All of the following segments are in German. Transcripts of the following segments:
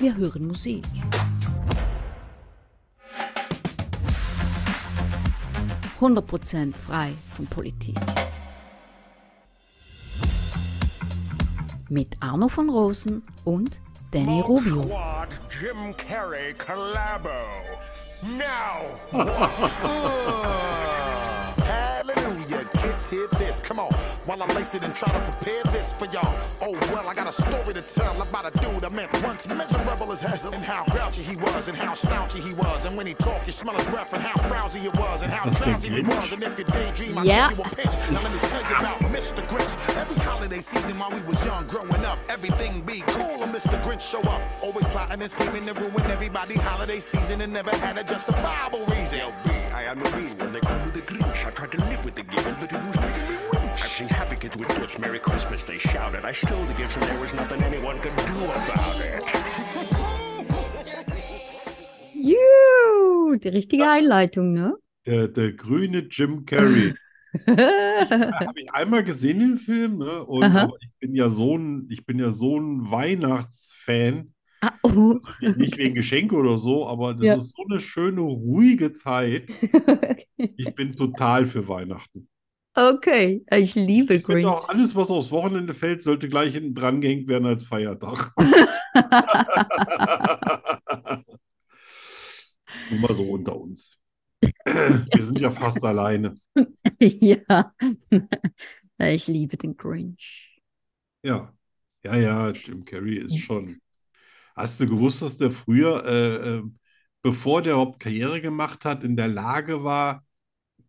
wir hören Musik. Prozent frei von Politik. Mit Arno von Rosen und Danny Bulk Rubio. Squad Jim Carrey collabo. Now. Hallelujah, kids, hear this. Come on, while I lace it and try to prepare this for y'all. Oh well, I got a story to tell about a dude I met once, miserable as hell, and how grouchy he was, and how slouchy he was, and when he talked, you smell his breath, and how frowsy it was, and how drowsy he was, and if you daydream, I Yeah. give you a pinch. Now let me tell you about Mr. Grinch. Every holiday season while we was young, growing up, everything be cool, and Mr. Grinch show up, always plotting and scheming to ruin everybody holiday season, and never had a justifiable reason. LB, I am a real and they call me the Grinch. I tried to live with the given, but it was making me winch. I've seen happy kids with gifts. Merry Christmas, they shouted. I stole the gifts and there was nothing anyone could do about it. Juhu. Die richtige Einleitung, ne? Der, Äh, der grüne Jim Carrey. Habe ich einmal gesehen den Film, ne? Und Aha. aber ich bin ja so ein, ich bin ja so ein Weihnachtsfan. ah, oh. Nicht nicht wegen Geschenke oder so, aber das Ja. ist so eine schöne, ruhige Zeit. Ich bin total für Weihnachten. okay. Ich liebe Ich finde Green. auch alles, was aufs Wochenende fällt, sollte gleich hinten dran gehängt werden als Feiertag. Nur mal so unter uns. Wir sind ja fast alleine. ja. ich liebe den Grinch. Ja, ja, ja, Jim Carrey ist schon. Hast du gewusst, dass der früher, äh, äh, bevor der überhaupt Karriere gemacht hat, in der Lage war,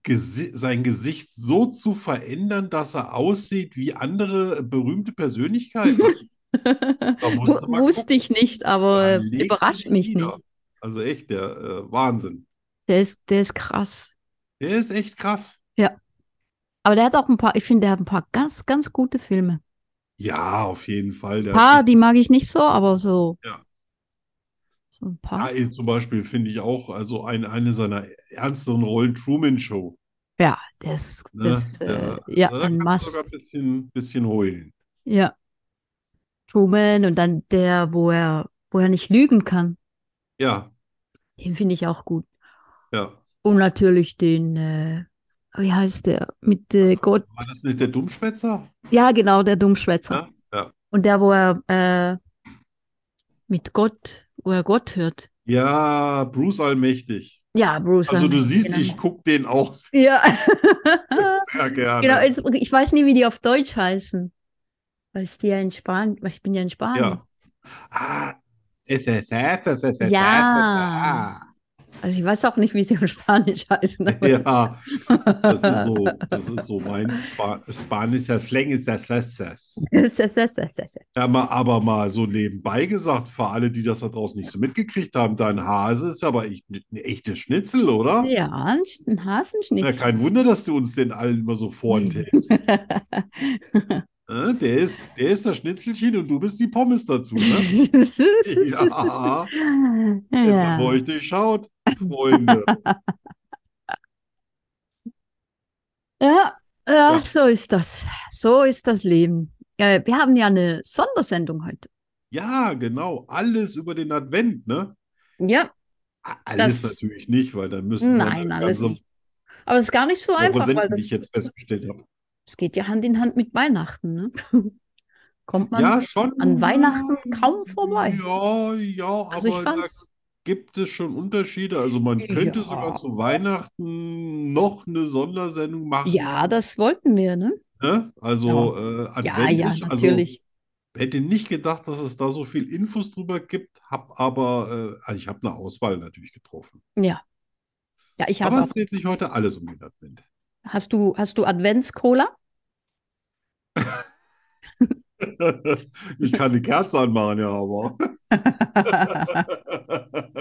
Gesi sein Gesicht so zu verändern, dass er aussieht wie andere berühmte Persönlichkeiten? musst du Wu- mal Wusste ich nicht, aber Da legst du überrascht dich mich nieder. nicht. Also echt, der äh, Wahnsinn. Der ist, der ist krass. Der ist echt krass. Aber der hat auch ein paar, ich finde, der hat ein paar ganz, ganz gute Filme. Ja, auf jeden Fall. Der Ein paar, die mag ich nicht so, aber so. Ja. So ein paar. Ja, eh, zum Beispiel finde ich auch, also ein, eine seiner ernsteren Rollen, Truman Show. Ja, das, Ne? das, Ja, äh, ja, Da ein kannst du sogar ein Must. bisschen, bisschen heulen. Ja. Truman und dann der, wo er, wo er nicht lügen kann. Ja, Den finde ich auch gut. ja. Und natürlich den, äh, wie heißt der? Mit äh, Gott. War das nicht der Dummschwätzer? Ja, genau, der Dummschwätzer. Ja, ja. Und der, wo er äh, mit Gott, wo er Gott hört. Ja, Bruce Allmächtig. Ja, Bruce Also du Almighty, siehst, genau. ich gucke den auch sehr Ja. gerne. Genau, es, ich weiß nie, wie die auf Deutsch heißen. Weil ich die ja in Spanien, weil ich bin ja in Spanien. Ja. Ah, es ist- es ist- es ist- Ja. Also ich weiß auch nicht, wie sie auf Spanisch heißen. aber- Ja, das ist so, das ist so mein Spa spanischer Slang ist das, das, das. Das- das- das- das- Ja, mal, aber mal so nebenbei gesagt, für alle, die das da draußen nicht so mitgekriegt haben, dein Hase ist aber echt ein echtes Schnitzel, oder? Ja, ein Sch- ein Na, Hasenschnitzel. kein Wunder, dass du uns den allen immer so vorenthältst. Ne? Der ist, der ist das Schnitzelchen und du bist die Pommes dazu, ne? Ja, jetzt Ja. haben wir euch durchschaut, Freunde. Ja, ja, so ist das. So ist das Leben. Äh, wir haben ja eine Sondersendung heute. Ja, genau, alles über den Advent, ne? Ja, A- Alles Das- natürlich nicht, weil dann müssen ne? also wir nein, eine alles ganze nicht. Aber es ist gar nicht so Woche einfach, weil senden, wie das, ich jetzt festgestellt habe. das geht ja Hand in Hand mit Weihnachten, ne? Kommt man Ja, schon. an Weihnachten kaum vorbei. Ja, ja, Also ich aber da fand's. gibt es schon Unterschiede. Also man könnte Ja. sogar zu Weihnachten noch eine Sondersendung machen. Ja, das wollten wir, ne? Ne? Also äh, Ja, ja, adventlich, also natürlich. hätte nicht gedacht, dass es da so viel Infos drüber gibt, hab aber, äh, also ich habe eine Auswahl natürlich getroffen. Ja. Ja, ich habe Aber es auch- dreht sich heute alles um den Advent. Hast du, hast du Advents-Cola? Ich kann eine Kerze anmachen, ja, aber.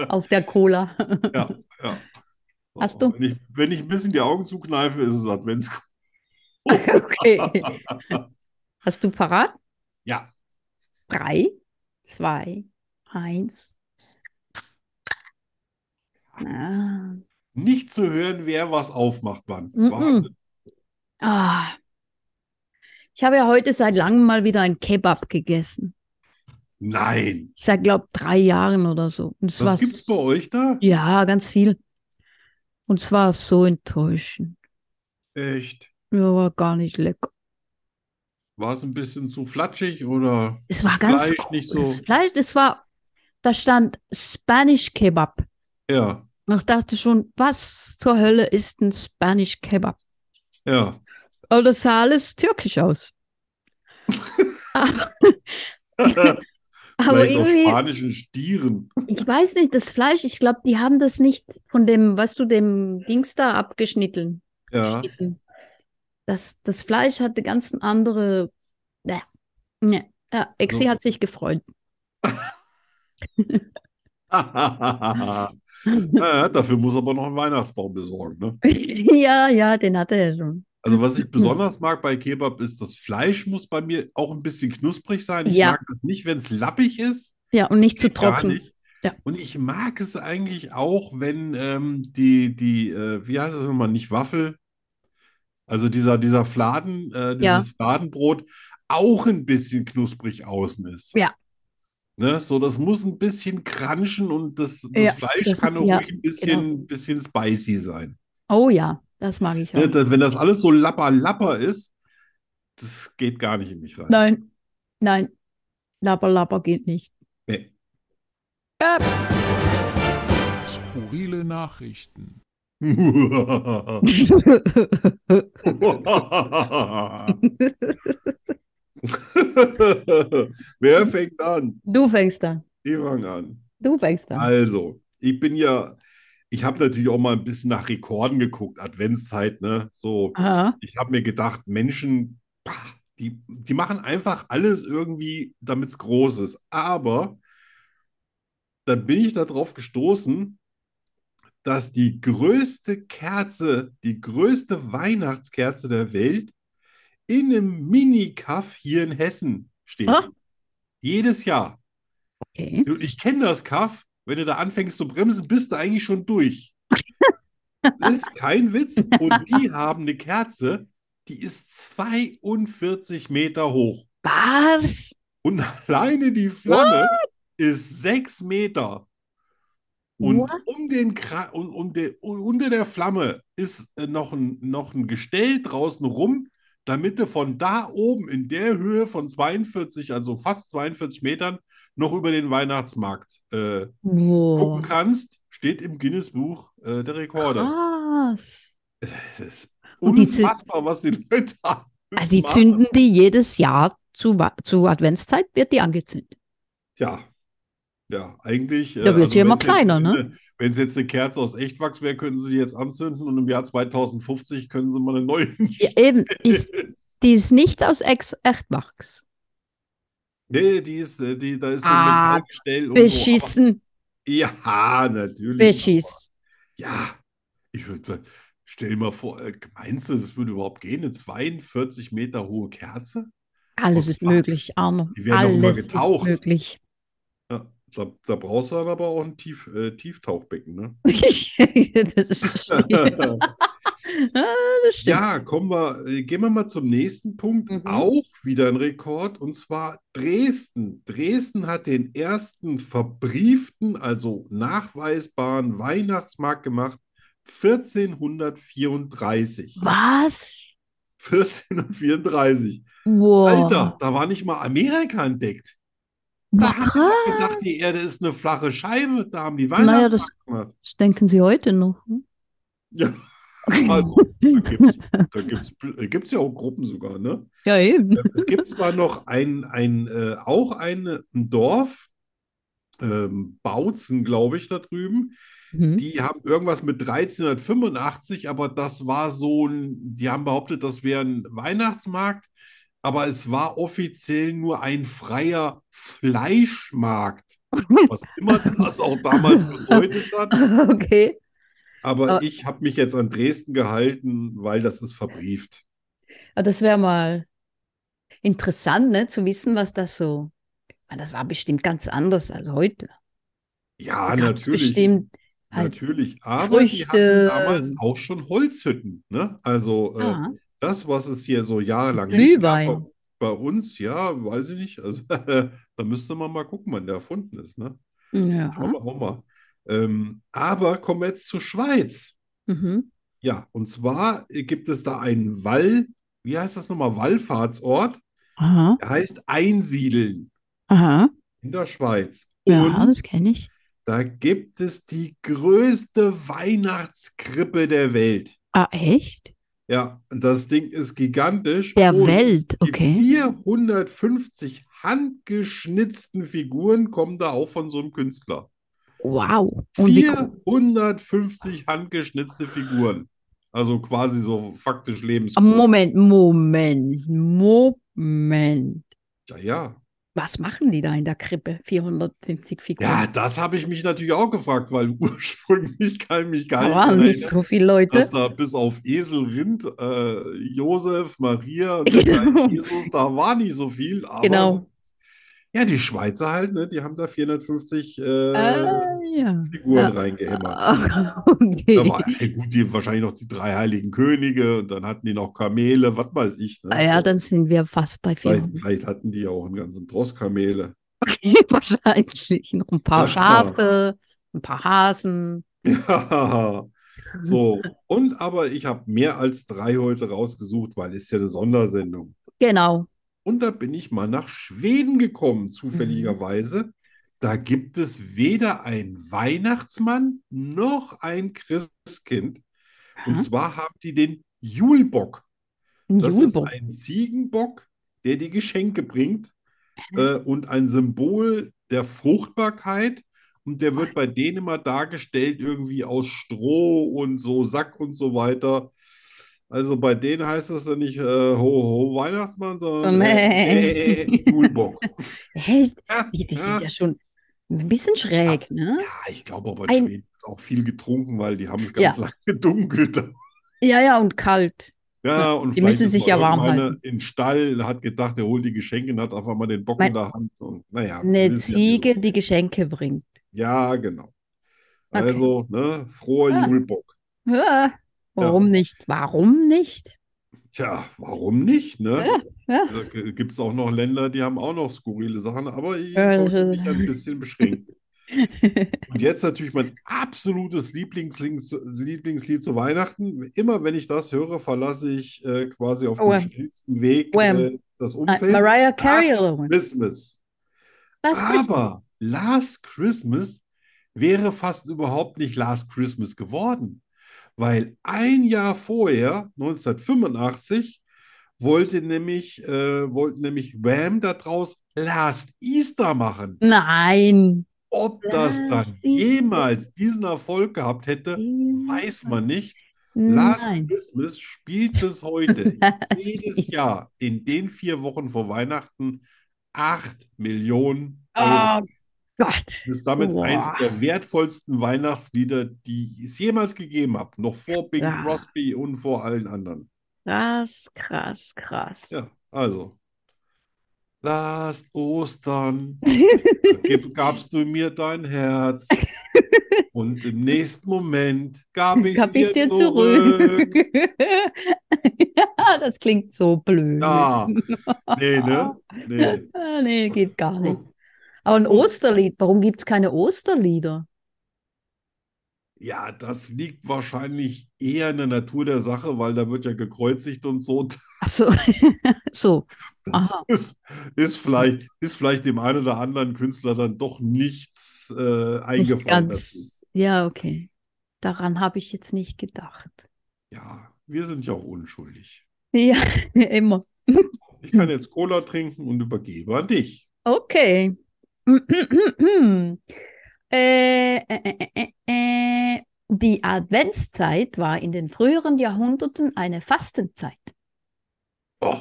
auf der Cola. Ja, ja. Hast du? Oh, Wenn ich, wenn ich ein bisschen die Augen zukneife, ist es Adventskranz. Okay. Hast du parat? Ja. Drei, zwei, eins. Ah. Nicht zu hören, wer was aufmacht, wann. Mhm. Wahnsinn. Ah. Ich habe ja heute seit langem mal wieder ein Kebab gegessen. Nein. Seit, glaube drei Jahren oder so. Und es war Was gibt's bei so- euch da? Ja, ganz viel. Und es war so enttäuschend. Echt? Ja, war gar nicht lecker. War es ein bisschen zu flatschig oder? Es war ganz Fleisch cool. nicht so- Das Fleisch, es war, da stand Spanish Kebab. Ja, Und ich dachte schon, was zur Hölle ist ein Spanish Kebab? ja. Aber das sah alles türkisch aus. aber aber Vielleicht auf irgendwie, spanischen Stieren. ich weiß nicht, das Fleisch, ich glaube, die haben das nicht von dem, weißt du, dem Dings da abgeschnitten. Ja. geschnitten. Das, das Fleisch hatte ganz eine andere. Ja. Ja. Ja, Exi So. hat sich gefreut. ja, dafür muss aber noch einen Weihnachtsbaum besorgen. Ne? ja, ja, den hatte er schon. Also was ich besonders mag bei Kebab ist, das Fleisch muss bei mir auch ein bisschen knusprig sein. Ich Ja. mag das nicht, wenn es lappig ist. Ja, und nicht zu Geht gar trocken. nicht. Ja. Und ich mag es eigentlich auch, wenn ähm, die, die äh, wie heißt es nochmal, nicht Waffel, also dieser, dieser Fladen, äh, Ja. dieses Fladenbrot auch ein bisschen knusprig außen ist. Ja. Ne? So, das muss ein bisschen kranschen und das, das Ja, Fleisch das- kann auch ja, ruhig ein bisschen, ein bisschen spicy sein. Oh ja, das mag ich auch. Ne? Da- Wenn das alles so lapper lapper ist, das geht gar nicht in mich rein. Nein, nein, Labber Labber geht nicht. Nee. Skurrile Nachrichten. Wer fängt an? Du fängst an. Ich fange an. Du fängst an. Also, ich bin ja, ich habe natürlich auch mal ein bisschen nach Rekorden geguckt, Adventszeit, ne? So, Aha. ich habe mir gedacht, Menschen, pah, die, die machen einfach alles irgendwie, damit es groß ist. Aber dann bin ich darauf gestoßen, dass die größte Kerze, die größte Weihnachtskerze der Welt in einem Mini-Kaff hier in Hessen steht. Ach. Jedes Jahr. Okay. Du, Ich kenne das Kaff. Wenn du da anfängst zu bremsen, bist du eigentlich schon durch. Das ist kein Witz. Und die haben eine Kerze, die ist 42 Meter hoch. Was? Und alleine die Flamme ist 6 Meter. Und What? um den Kra und, um de un- unter der Flamme ist äh, noch ein, noch ein Gestell draußen rum, damit du von da oben in der Höhe von 42, also fast 42 Metern, noch über den Weihnachtsmarkt äh, gucken Wow. kannst, steht im Guinness-Buch äh, der Rekorde. Krass. Es ist Und die zünden- unfassbar, was die Leute haben. Also die machen. zünden die jedes Jahr zu, Wa- zu Adventszeit, wird die angezündet. Ja, ja, eigentlich. äh, Da wird's ja immer kleiner, ne? Wenn es jetzt eine Kerze aus Echtwachs wäre, könnten sie die jetzt anzünden und im Jahr 2050 können sie mal eine neue. Ja, eben, ist, die ist nicht aus Ex Echtwachs. Oh, Nee, die ist, äh, die, da ist so ein Ah, Metallgestell und so. Beschissen, Aber, ja, natürlich. beschiss. Ja, ich würde, stell mal vor, äh, meinst du, das würde überhaupt gehen? Eine 42 Meter hohe Kerze? Alles aus ist Wachs. möglich, Arno. Die werden doch immer Alles ist getaucht. möglich. Ja, da, da brauchst du dann aber auch ein Tief, äh, Tieftauchbecken, ne? das stimmt. Ah, das stimmt. Ja, kommen wir, äh, gehen wir mal zum nächsten Punkt. Mhm. Auch wieder ein Rekord, und zwar Dresden. Dresden hat den ersten verbrieften, also nachweisbaren Weihnachtsmarkt gemacht, 1434. Was? 1434. Wow. Alter, da war nicht mal Amerika entdeckt. Da hat man Krass. gedacht, die Erde ist eine flache Scheibe. Da haben die Naja, das- Weihnachtsmarkt gemacht. Das denken Sie heute noch. hm? Ja, also, da gibt's, da gibt's, äh, gibt's ja auch Gruppen sogar, ne? Ja, eben. Es gibt zwar noch ein, ein äh, auch eine, ein Dorf, ähm, Bautzen, glaube ich, da drüben. Mhm. Die haben irgendwas mit 1385, aber das war so ein, die haben behauptet, das wäre ein Weihnachtsmarkt, aber es war offiziell nur ein freier Fleischmarkt. was immer das auch damals bedeutet hat. Okay. Aber Äh. ich habe mich jetzt an Dresden gehalten, weil das ist verbrieft. Ja, Ah, Das wäre mal interessant, ne, zu wissen, was das so. Ich meine, Das war bestimmt ganz anders als heute. Da Ja, gab's Ah, natürlich. bestimmt halt Natürlich. Aber die hatten Früchte. damals auch schon Holzhütten. Ne? Also äh, ah, das, was es hier so jahrelang nicht Glühwein. gab, bei uns, ja, weiß ich nicht. Also da müsste man mal gucken, wann der erfunden ist. Ne? Ja. Schauen wir auch mal. Ähm, aber kommen wir jetzt zur Schweiz. Mhm. Ja, und zwar gibt es da einen Wall, wie heißt das nochmal, Wallfahrtsort, Aha, der heißt Einsiedeln aha. in der Schweiz. Ja, Und Ah, das kenne ich. da gibt es die größte Weihnachtskrippe der Welt. Ah, echt? Ja, und das Ding ist gigantisch. Der Und Welt, die okay. 450 handgeschnitzten Figuren kommen da auch von so einem Künstler. Wow. Und wie gro- 450 handgeschnitzte Figuren. Also quasi so faktisch Ah, lebensgroß. Moment, Moment, Moment. Ja, ja. Was machen die da in der Krippe? 450 Figuren. Ja, das habe ich mich natürlich auch gefragt, weil ursprünglich kann ich mich gar da nicht waren daran nicht so erinnern, viele Leute. dass da bis auf Esel, Rind, äh, Josef, Maria und Genau. der kleine Jesus, da war nicht so viel, aber Genau. ja, die Schweizer halt, ne, die haben da 450 äh, Ah, ja. Figuren Ah, reingehämmert. Ah, Da okay. war, ey, gut, die wahrscheinlich noch die drei heiligen Könige und dann hatten die noch Kamele, was weiß ich. Ne? Ah, ja, dann sind wir fast bei vielleicht, 400. vielleicht hatten die ja auch einen ganzen Tross Kamele. Wahrscheinlich noch ein paar Na klar. Schafe, ein paar Hasen. Ja, so. Und aber ich habe mehr als drei heute rausgesucht, weil es ja eine Sondersendung. Genau. Und da bin ich mal nach Schweden Mhm. gekommen, zufälligerweise. Da gibt es weder einen Weihnachtsmann noch ein Christkind. Und Aha. zwar haben die den Julbock. Ein Das ist Julbock. ein Ziegenbock, der die Geschenke bringt äh, und ein Symbol der Fruchtbarkeit. Und der wird bei denen immer dargestellt, irgendwie aus Stroh und so Sack und so weiter. Also bei denen heißt es dann nicht äh, ho, ho, Weihnachtsmann, sondern Oh, äh, nee. äh, Julbock. Hä? Ja, Die die sind ja. ja schon ein bisschen schräg, ne? Ja, ich glaube aber, in Ein- Schweden wird auch viel getrunken, weil die haben es Ja. ganz lange gedunkelt. Ja, ja, und kalt. Ja, und Die vielleicht müssen ist sich noch ja warm irgendeiner halten. in den Stall, hat gedacht, er holt die Geschenke und hat einfach mal den Bock in Mein- der Hand. Und naja, Eine wir wissen ja, wie Ziege, das die Geschenke bringt. ist. Ja, genau. Okay. Also, ne, froher Ah. Julbock. Ja, warum nicht? Warum nicht? Tja, warum nicht, ne? Ja, Da gibt es auch noch Länder, die haben auch noch skurrile Sachen, aber ich Ja, das wollte ist- mich ein bisschen beschränken. Und jetzt natürlich mein absolutes Lieblingslings- Lieblingslied zu Weihnachten. Immer wenn ich das höre, verlasse ich äh, quasi auf Wham. dem schnellsten Weg Wham. äh, das Ah, Umfeld. Mariah Carey Last oder was? Christmas. Last Christmas. Aber Last Christmas wäre fast überhaupt nicht Last Christmas geworden, weil ein Jahr vorher, 1985, wollte nämlich, äh, wollten nämlich Wham daraus Last Easter machen. Nein. Ob das dann Last Easter. jemals diesen Erfolg gehabt hätte, weiß man nicht. Last Nein. Christmas spielt bis heute Last jedes Easter. Jahr in den vier Wochen vor Weihnachten 8 Millionen Oh Euro. Gott. Das ist damit Boah. eins der wertvollsten Weihnachtslieder, die es jemals gegeben hat. Noch vor Bing Ja. Crosby und vor allen anderen. Krass, krass, krass. Ja, also. Last Ostern gib, gabst du mir dein Herz und im nächsten Moment gab ich Hab ich dir dir zurück. ja, das klingt so blöd. Ja, nee, ne? Nee. Ah, nee, geht gar nicht. Oh. Aber ein Osterlied, warum gibt es keine Osterlieder? Ja, das liegt wahrscheinlich eher in der Natur der Sache, weil da wird ja gekreuzigt und so. Achso, so. Das Aha. ist, ist vielleicht, ist vielleicht dem einen oder anderen Künstler dann doch nichts äh, Nicht eingefallen dazu. ganz. Ja, okay. Daran habe ich jetzt nicht gedacht. Ja, wir sind ja auch unschuldig. Ja, immer. Ich Hm. kann jetzt Cola trinken und übergebe an dich. Okay. Äh, äh, äh, äh, äh, die Adventszeit war in den früheren Jahrhunderten eine Fastenzeit. Oh,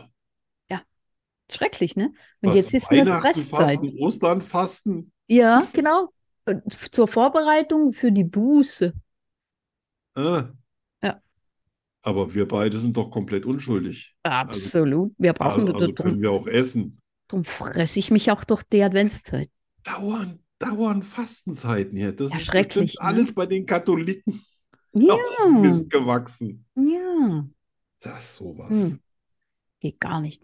Schrecklich, ne? Und was jetzt ist eine Weihnachten Fresszeit. fasten, Ostern fasten. Ja, genau. Und f- Zur Vorbereitung für die Buße. Äh. Ja. Aber wir beide sind doch komplett unschuldig. Absolut. Wir brauchen Also, nur also drum. können wir auch essen. Drum fresse ich mich auch durch die Adventszeit. Dauern, dauern Fastenzeiten hier. Das Ja, ist schrecklich, bestimmt ne? alles bei den Katholiken Ja, auf den Mist gewachsen. ja. Das ist sowas. Hm. Geht gar nicht.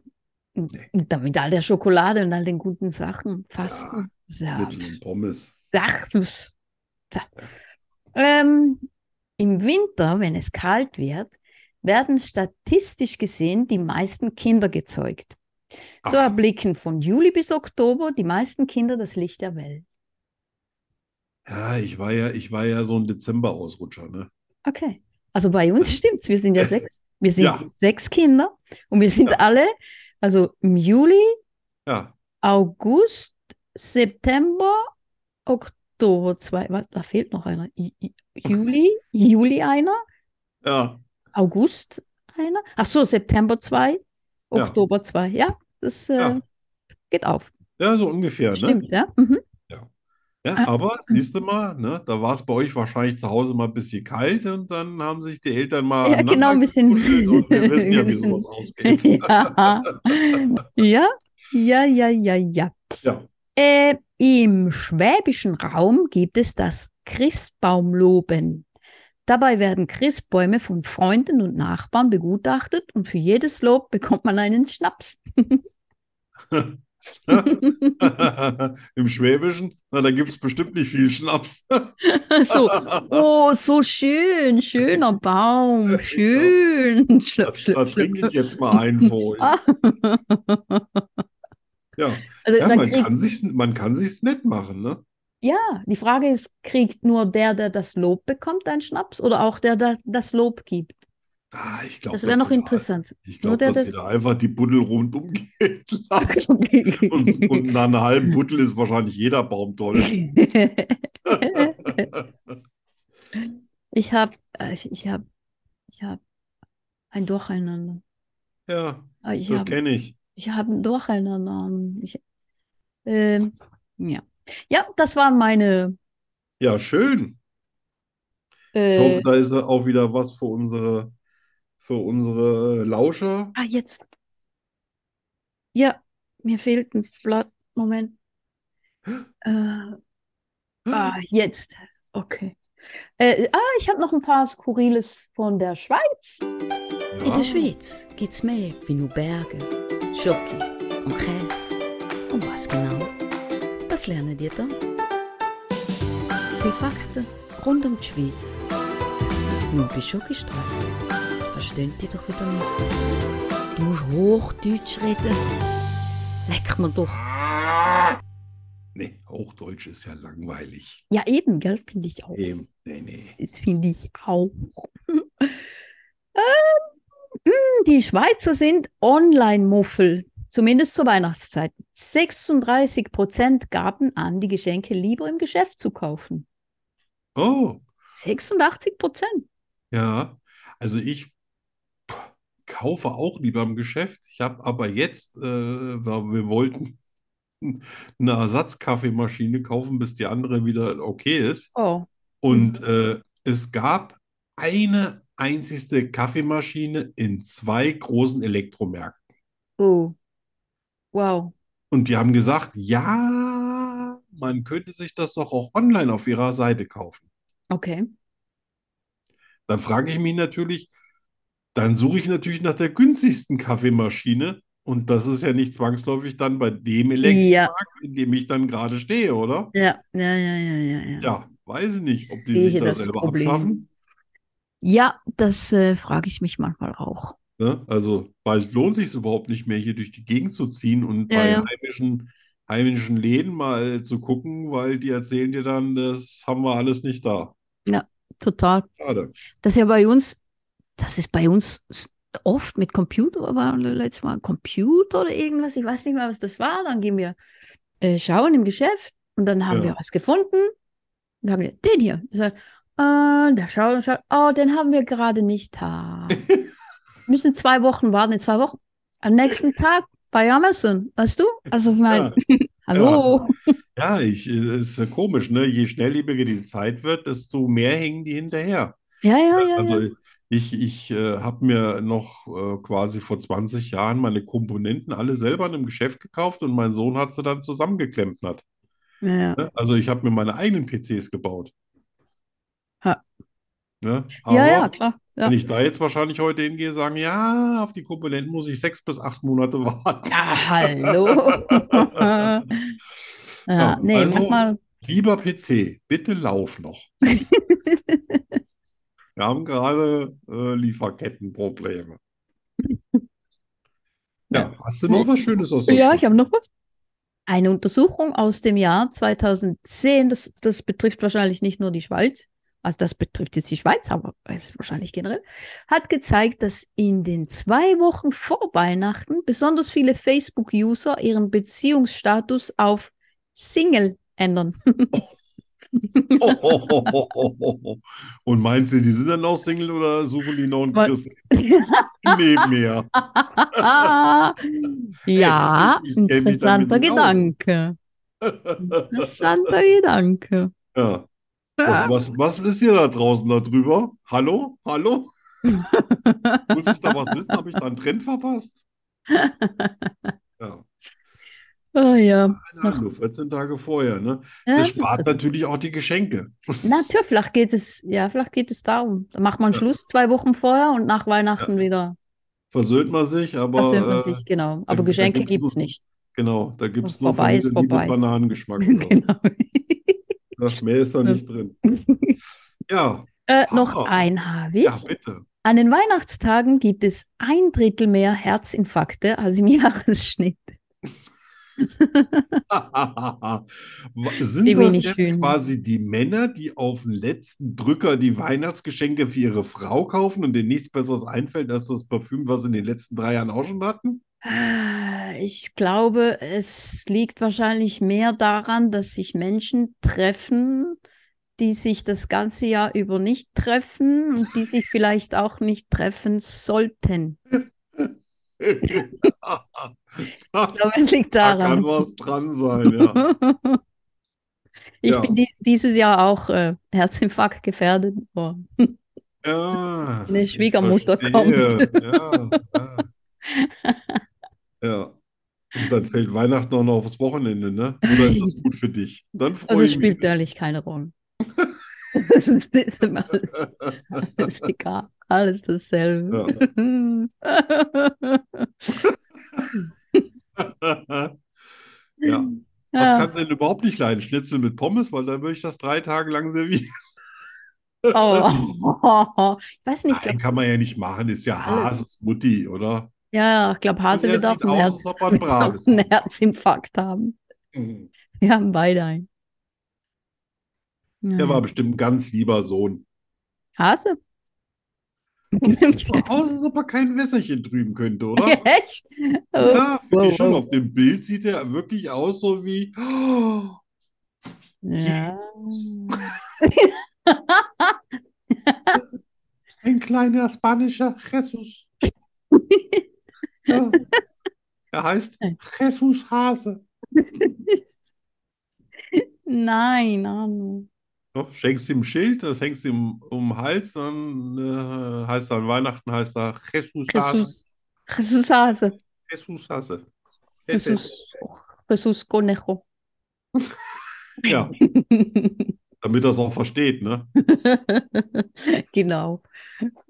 Und Nee. und dann mit all der Schokolade und all den guten Sachen. Fasten. Ja. Mit einem Pommes. Ach, du S- Tja. Ähm, Im Winter, wenn es kalt wird, werden statistisch gesehen die meisten Kinder gezeugt. So Ach. erblicken von Juli bis Oktober die meisten Kinder das Licht der Welt. Ja, ich war ja, ich war ja so ein Dezember-Ausrutscher, ne? Okay. Also bei uns stimmt's. Wir sind ja sechs. Wir sind Ja. sechs Kinder und wir sind Ja. alle, also im Juli, Ja. August, September, Oktober, zwei, warte, da fehlt noch einer. I- I- Juli, Juli einer, Ja. August einer. Ach so, September zwei, Ja. Oktober zwei. Ja, das äh, Ja. geht auf. Ja, so ungefähr, ne? Stimmt, Ah. ja. Mhm. Ja, aber siehst du mal, ne, da war es bei euch wahrscheinlich zu Hause mal ein bisschen kalt und dann haben sich die Eltern mal Ja, genau, ein aneinander bisschen- gekuschelt und wir wissen ja, ein wie bisschen- sowas ausgeht. Ja. ja, ja, ja, ja, ja. Ja. Äh, Im schwäbischen Raum gibt es das Christbaumloben. Dabei werden Christbäume von Freunden und Nachbarn begutachtet und für jedes Lob bekommt man einen Schnaps. Im Schwäbischen, na, da gibt es bestimmt nicht viel Schnaps. so, oh, so schön, schöner Baum, schön. Schlöp, Da schlöp, trinke schlöp. ich jetzt mal einen vor. Ah. Ja, Also, ja dann man, krieg, kann sich's, man kann sich's nett machen, ne? ja, die Frage ist, kriegt nur der, der das Lob bekommt, einen Schnaps oder auch der, der das Lob gibt? Ah, ich glaube, Das wäre noch interessant. Ich Nur der, glaube, dass das- ihr da einfach die Buddel rundum gehen lasst. Und, und nach einer halben Buddel ist wahrscheinlich jeder Baum toll. Ich habe, ich, ich habe, ich habe ein Durcheinander. ja, Ah, Ich das habe, kenne ich. ich habe ein Durcheinander. Ich, ähm, ja. ja, das waren meine. Ja, schön. Ich Äh, hoffe, da ist auch wieder was für unsere, für unsere Lauscher. ah, jetzt. Ja, mir fehlt ein Blatt. Moment. Äh, ah, jetzt. Okay. Äh, ah, ich habe noch ein paar Skurriles von der Schweiz. In der Ah. Ja. Schweiz gibt's mehr wie nur Berge, Schoki und Käse. Und was genau? Das lernen die dann. Die Fakten rund um die Schweiz. Nur bei Schokistraße verstehen die doch wieder nicht. Du musst Hochdeutsch reden. Leck mir doch. Nee, Hochdeutsch ist ja langweilig. Ja, eben, gell, finde ich auch. Eben. Nee, nee. Das finde ich auch. Ähm, mm, Die Schweizer sind Online-Muffel, zumindest zur Weihnachtszeit. 36 Prozent gaben an, die Geschenke lieber im Geschäft zu kaufen. Oh, 86 Prozent. ja. Also ich puh, kaufe auch lieber im Geschäft. Ich habe aber jetzt, äh, weil wir wollten eine Ersatzkaffeemaschine kaufen, bis die andere wieder okay ist. Oh. Und äh, es gab eine einzigste Kaffeemaschine in zwei großen Elektromärkten. oh. Wow. Und die haben gesagt, ja, man könnte sich das doch auch online auf ihrer Seite kaufen. Okay. Dann frage ich mich natürlich, dann suche ich natürlich nach der günstigsten Kaffeemaschine. Und das ist ja nicht zwangsläufig dann bei dem Elektromarkt, in dem ich dann gerade stehe, oder? Ja, ja, ja, ja, ja, ja. Ja, weiß ich nicht, ob die Sehe sich da das selber Problem. abschaffen. Ja, das äh, frage ich mich manchmal auch. Ne? Also bald lohnt sich überhaupt nicht mehr, hier durch die Gegend zu ziehen und Ja, bei ja. heimischen, heimischen Läden mal zu gucken, weil die erzählen dir dann, das haben wir alles nicht da. Total. Schade. Das ist ja bei uns, das ist bei uns s- oft mit Computer, aber letztes Mal Computer oder irgendwas, ich weiß nicht mehr, was das war. Dann gehen wir äh, schauen im Geschäft und dann haben Ja. wir was gefunden. Dann haben wir den hier. Ich sag, äh, da schauen, schauen, oh, den haben wir gerade nicht da. Müssen zwei Wochen warten, in zwei Wochen. Am nächsten Tag, bei Amazon, weißt du? Also ich mein, hallo. Ja, ich, äh, ist ja komisch, ne? Je schnelllebiger die Zeit wird, desto mehr hängen die hinterher. Ja, ja, ja. ja. Also ich, ich äh, habe mir noch äh, quasi vor 20 Jahren meine Komponenten alle selber in einem Geschäft gekauft und mein Sohn hat sie dann zusammengeklemmt. Hat. ja, ja. Ne? Also ich habe mir meine eigenen PCs gebaut. Ha. Ne? ja, ja, Aber klar. Ja. wenn ich da jetzt wahrscheinlich heute hingehe, sagen, ja, auf die Komponenten muss ich sechs bis acht Monate warten. Ja, hallo. ja, Ja, nee, also- mach mal. Lieber PC, bitte lauf noch. Wir haben gerade äh, Lieferkettenprobleme. Ja, hast du noch was Schönes aus der Ja, Schule? ich habe noch was. Eine Untersuchung aus dem Jahr 2010, das, das betrifft wahrscheinlich nicht nur die Schweiz, also das betrifft jetzt die Schweiz, aber es ist wahrscheinlich generell, hat gezeigt, dass in den zwei Wochen vor Weihnachten besonders viele Facebook-User ihren Beziehungsstatus auf Single ändern. Oh, oh, oh, oh, oh, oh, oh. Und meinst du, die sind dann auch Single oder suchen die noch einen Mal- Christen nebenher? Ah, ja, ich kenn mich damit interessanter nicht aus. Gedanke. Interessanter Gedanke. Ja. Was, was, was ist ihr da draußen darüber? Hallo? Hallo? Muss ich da was wissen? Habe ich da einen Trend verpasst? Ja. Oh ja. Keine Ahnung, 14 Tage vorher, ne? Ja, Das spart das- natürlich auch die Geschenke. Na, tja, vielleicht geht es, ja, vielleicht geht es darum. Da macht man Ja. Schluss zwei Wochen vorher und nach Weihnachten wieder. Versöhnt man sich, aber Versöhnt man äh, sich, genau. Aber da Geschenke gibt's gibt's nur- nicht. genau, da gibt es nur Vorbei ist Vanille, Liebe, vorbei. Bananengeschmack. Genau. Genau. Das mehr ist da nicht drin. Ja, Äh, noch Hammer. ein habe ich. ja, bitte. An den Weihnachtstagen gibt es ein Drittel mehr Herzinfarkte als im Jahresschnitt. Sind Die das wenig jetzt schön. quasi die Männer, die auf den letzten Drücker die Weihnachtsgeschenke für ihre Frau kaufen und denen nichts Besseres einfällt als das Parfüm, was sie in den letzten drei Jahren auch schon hatten? Äh, Ich glaube, es liegt wahrscheinlich mehr daran, dass sich Menschen treffen, die sich das ganze Jahr über nicht treffen und die sich vielleicht auch nicht treffen sollten. Ich glaube, es liegt Da kann daran. was dran sein, ja. Ich Ja. bin di dieses Jahr auch äh, Herzinfarkt gefährdet. Boah. Ja, Eine Ah, ich Schwiegermutter verstehe. Ja, ja. Ja. Und dann fällt Weihnachten auch noch aufs Wochenende, ne? Oder ist das gut für dich? Dann freue Also es ich mich. spielt ehrlich keine Rolle. Das ist alles, alles egal. Alles dasselbe. Ja. ja. Was Ja. kannst du denn überhaupt nicht leiden? Schnitzel mit Pommes, weil dann würde ich das drei Tage lang servieren. Oh. Ich weiß nicht, ich Nein, glaub, kann man ja nicht machen, ist ja Hases Mutti, oder? ja, ich glaube, Hase Und wird der auch sieht ein aus, Herz, als ob er ein wird auch Braves einen ist. Herzinfarkt haben. Der Wir haben beide einen. Ja. war bestimmt ein ganz lieber Sohn. Hase? Sieht schon aus, als ob er kein Wässerchen trüben könnte, oder? Echt? Oh. Ja, finde ich Wow, schon. wow. Auf dem Bild sieht er wirklich aus, so wie. Oh, Ja. Ein kleiner spanischer Jesus. Ja. Er heißt Jesus Hase. Nein, Arno. Ja, schenkst ihm ein Schild, das hängst ihm um den Hals, dann äh, heißt er an Weihnachten, heißt er Jesus Hase. Jesus. Jesus Hase. Jesus Hase. Jesus. Jesus Conejo. Ja, damit er es auch versteht, ne? Genau.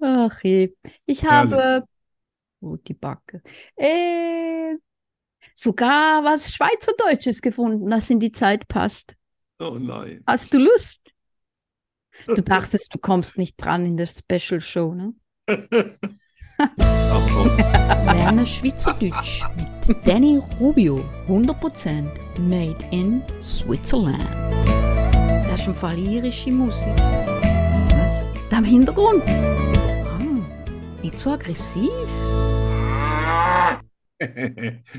Ach je. Ich habe. Oh, die Backe. Äh, sogar was Schweizerdeutsches gefunden, das in die Zeit passt. Oh nein. Hast du Lust? Du dachtest, du kommst nicht dran in der Special Show, ne? Ach komm. Lerne Schweizerdeutsch mit Danny Rubio. 100% made in Switzerland. Das ist im Fall irische Musik. Was? Da im Hintergrund? Ah, nicht so aggressiv.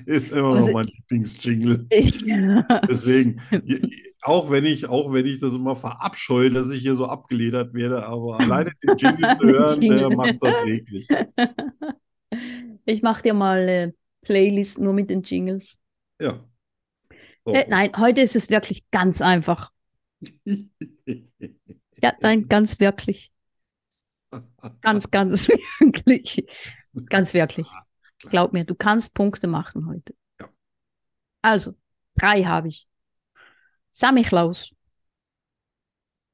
Ist immer Also- noch mein Lieblingsjingle. Ich, ja, Deswegen, je- auch wenn ich, auch wenn ich das immer verabscheue, dass ich hier so abgeledert werde, aber alleine den Jingle zu hören, Jingle. der macht es erträglich. ich mache dir mal äh, Playlist nur mit den Jingles. Ja. So. Äh, nein, heute ist es wirklich ganz einfach. Ja, nein, ganz wirklich. Ganz, ganz wirklich. Ganz wirklich. Glaub mir, du kannst Punkte machen heute. Ja. Also, drei habe ich. Sammy Klaus.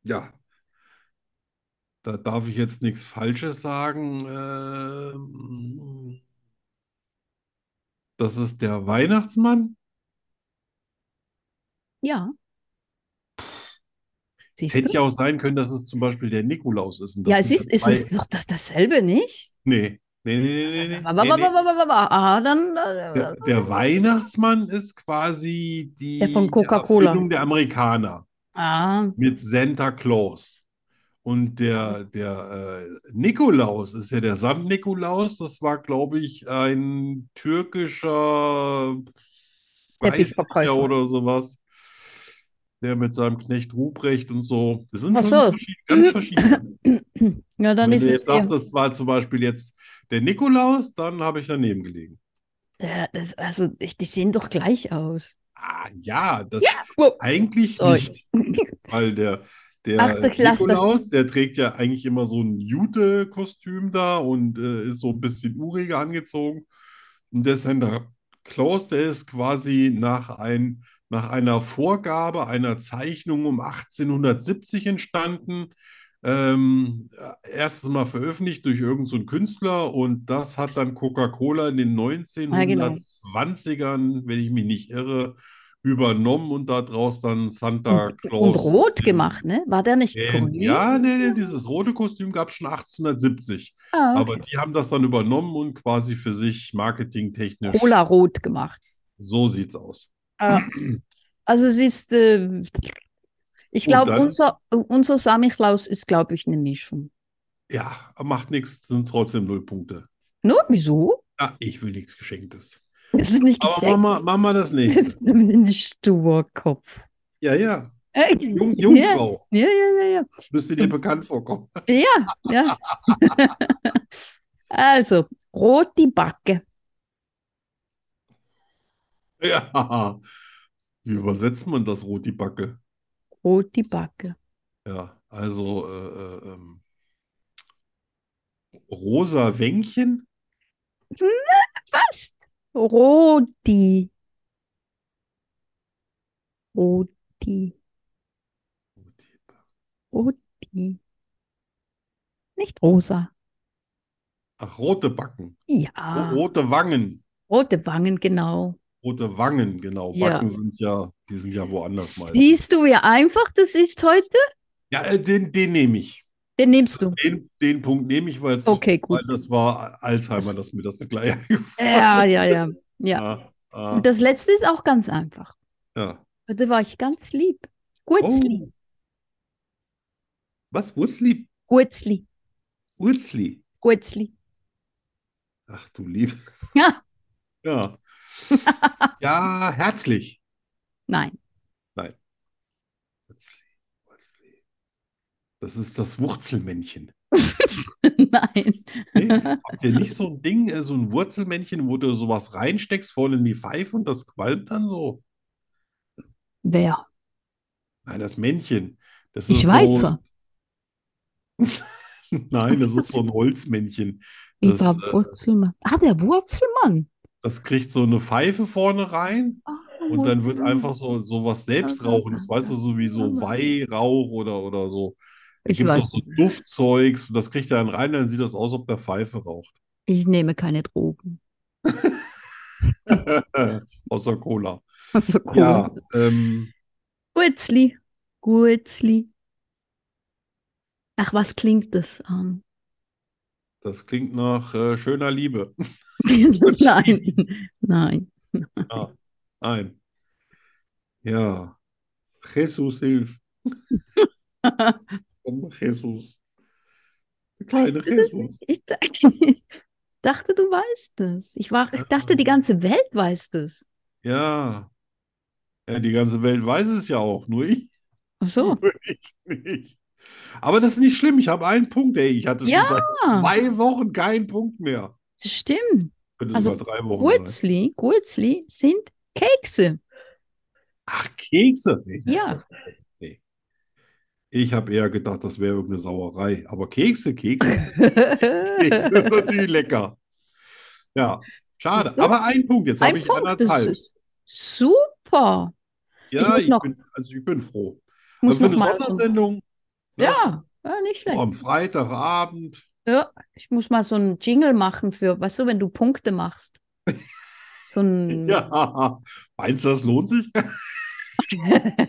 Ja. Da darf ich jetzt nichts Falsches sagen. Ähm, das ist der Weihnachtsmann. Ja. Es Siehst hätte du? ja auch sein können, dass es zum Beispiel der Nikolaus ist. Und das Ja, es sind ist, dann ist es zwei- doch das, dasselbe, nicht? Nee, nee, nee, nee, nee, nee, Wa- wa- wa- nee, wa- nee. wa- wa- wa- Aha, dann. Der, äh, der Weihnachtsmann ist quasi die Der von die Coca-Cola. Erfindung der Amerikaner Ah, mit Santa Claus. Und der, der äh, Nikolaus ist ja der Sankt-Nikolaus. Das war, glaube ich, ein türkischer Teppichverkäufer. Geistlicher oder sowas. Der mit seinem Knecht Ruprecht und so. Das sind Ach schon so. verschied- ganz verschiedene. ja, dann Wenn ist du es jetzt sagst, der. das war zum Beispiel jetzt der Nikolaus, dann habe ich daneben gelegen. Ja, das, also, ich, die sehen doch gleich aus. Ah, ja, das Wow. eigentlich Sorry. nicht, weil der, der Achte Klasse, das- Nikolaus, der trägt ja eigentlich immer so ein Jute-Kostüm da und äh, ist so ein bisschen uriger angezogen. Und der Santa Claus, der ist quasi nach, ein, nach einer Vorgabe, einer Zeichnung um 1870 entstanden. Ähm, erstes Mal veröffentlicht durch irgendeinen so einen Künstler und das hat dann Coca-Cola in genau. den 1920ern, wenn ich mich nicht irre, übernommen und daraus dann Santa Und, und Claus. rot in- gemacht, ne? War der nicht in- grün? Mhm. Ja, nee, nee, dieses rote Kostüm gab es schon 1870. Ah, Aber die haben das dann übernommen und quasi für sich marketingtechnisch. Cola rot gemacht. So sieht's aus. Also es ist, äh, ich Gut, glaube, dann- unser, unser Sammy Klaus ist, glaube ich, eine Mischung. Ja, macht nichts, sind trotzdem null Punkte. Nur, wieso? Ah, ich will nichts Geschenktes. Das ist nicht Aber geschenkt. Mama, Mama das Das nächste. ist ein Sturkopf. Ja, ja. Äh, Jung, Jungfrau. Ja, ja, ja, ja. Müsste dir bekannt vorkommen. Ja, ja. Also, rot die Backe. Ja. Wie übersetzt man das, Rote Backe? Rot die Backe. Ja, also äh, äh, ähm, rosa Wänkchen? Fast. Roti. Roti. Roti. Nicht rosa. Ach, rote Backen. Ja. Rote Wangen. Rote Wangen, genau. Rote Wangen, genau. Ja. Backen sind ja, die sind ja woanders meist. Siehst du, wie einfach das ist heute? Ja, äh, den, den nehme ich. Den nimmst du. Den, den Punkt nehme ich, weil es, Okay, gut. weil das war Alzheimer, dass mir das nicht gleich eingefallen Ja, ja, ja. ja. war. Ah, Und das letzte ist auch ganz einfach. ja. Da war ich ganz lieb. Gurzli. Oh. Was? Wurzli? Oh. Gurzli. Urzli? Gurzli. Ach du Liebe. Ja. Ja. Ja, herzlich. Nein. Wurzli, Wurzli. Das ist das Wurzelmännchen. Nein. Nee, habt ihr nicht so ein Ding, äh, so ein Wurzelmännchen, wo du sowas reinsteckst, vorne in die Pfeife und das qualmt dann so? Wer? Nein, das Männchen. Das Die ist so, Schweizer. nein, das ist so ein Holzmännchen. Wie Das, war äh, Wurzelmann? Ah, der Wurzelmann. Das kriegt so eine Pfeife vorne rein Ah, und dann wird Wurzelmann. einfach so, so was Selbstrauchendes, weißt du, so wie so Weihrauch oder, oder so. Da Ich gibt es auch weiß so es nicht. Duftzeugs und das kriegt er dann rein, dann sieht das aus, ob der Pfeife raucht. Ich nehme keine Drogen. Außer Cola. Also cool. Ja, ähm, Gurzli. Gurzli. Ach, was klingt das an? das klingt nach äh, schöner Liebe. Nein, nein. Nein. Ja. Jesus hilf. Komm, Jesus. Der kleine Weißt du das Jesus. Ich dachte, dachte, du weißt es. Ich war, ich dachte, die ganze Welt weiß das. Ja. Ja, die ganze Welt weiß es ja auch, nur ich, Ach so. nur ich nicht. Aber das ist nicht schlimm, ich habe einen Punkt, ey. Ich hatte schon Ja. seit zwei Wochen keinen Punkt mehr. Das stimmt. Könnte Also, sogar drei Wochen sein. Gurzli, Gurzli sind Kekse. Ach, Kekse? Nee. Ja. Nee. Ich habe eher gedacht, das wäre irgendeine Sauerei. Aber Kekse, Kekse, Kekse ist natürlich lecker. Ja, schade. Siehst du? Aber ein Punkt, jetzt habe Ein ich Punkt, das anderthalb. ist super. Ja, ich muss noch- bin, also ich bin froh. Ich muss also für noch mal eine so, Sondersendung ne? ja, ja, nicht schlecht. am Freitagabend. Ja, ich muss mal so einen Jingle machen für, weißt du, wenn du Punkte machst. So ein. Ja, meinst du, das lohnt sich?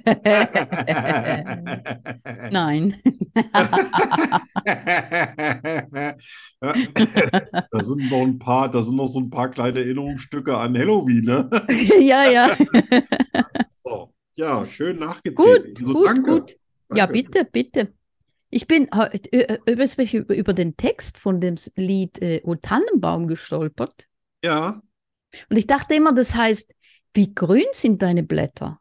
Äh. Nein. Da sind noch ein paar, da sind noch so ein paar kleine Erinnerungsstücke an Halloween, ne? Ja, ja. So, ja, schön nachgezählt. Gut, Also gut, danke. gut. Ja, Danke. bitte, bitte. Ich bin äh, äh, übrigens bin ich über, über den Text von dem Lied äh, O Tannenbaum gestolpert. Ja, Und ich dachte immer, das heißt, wie grün sind deine Blätter?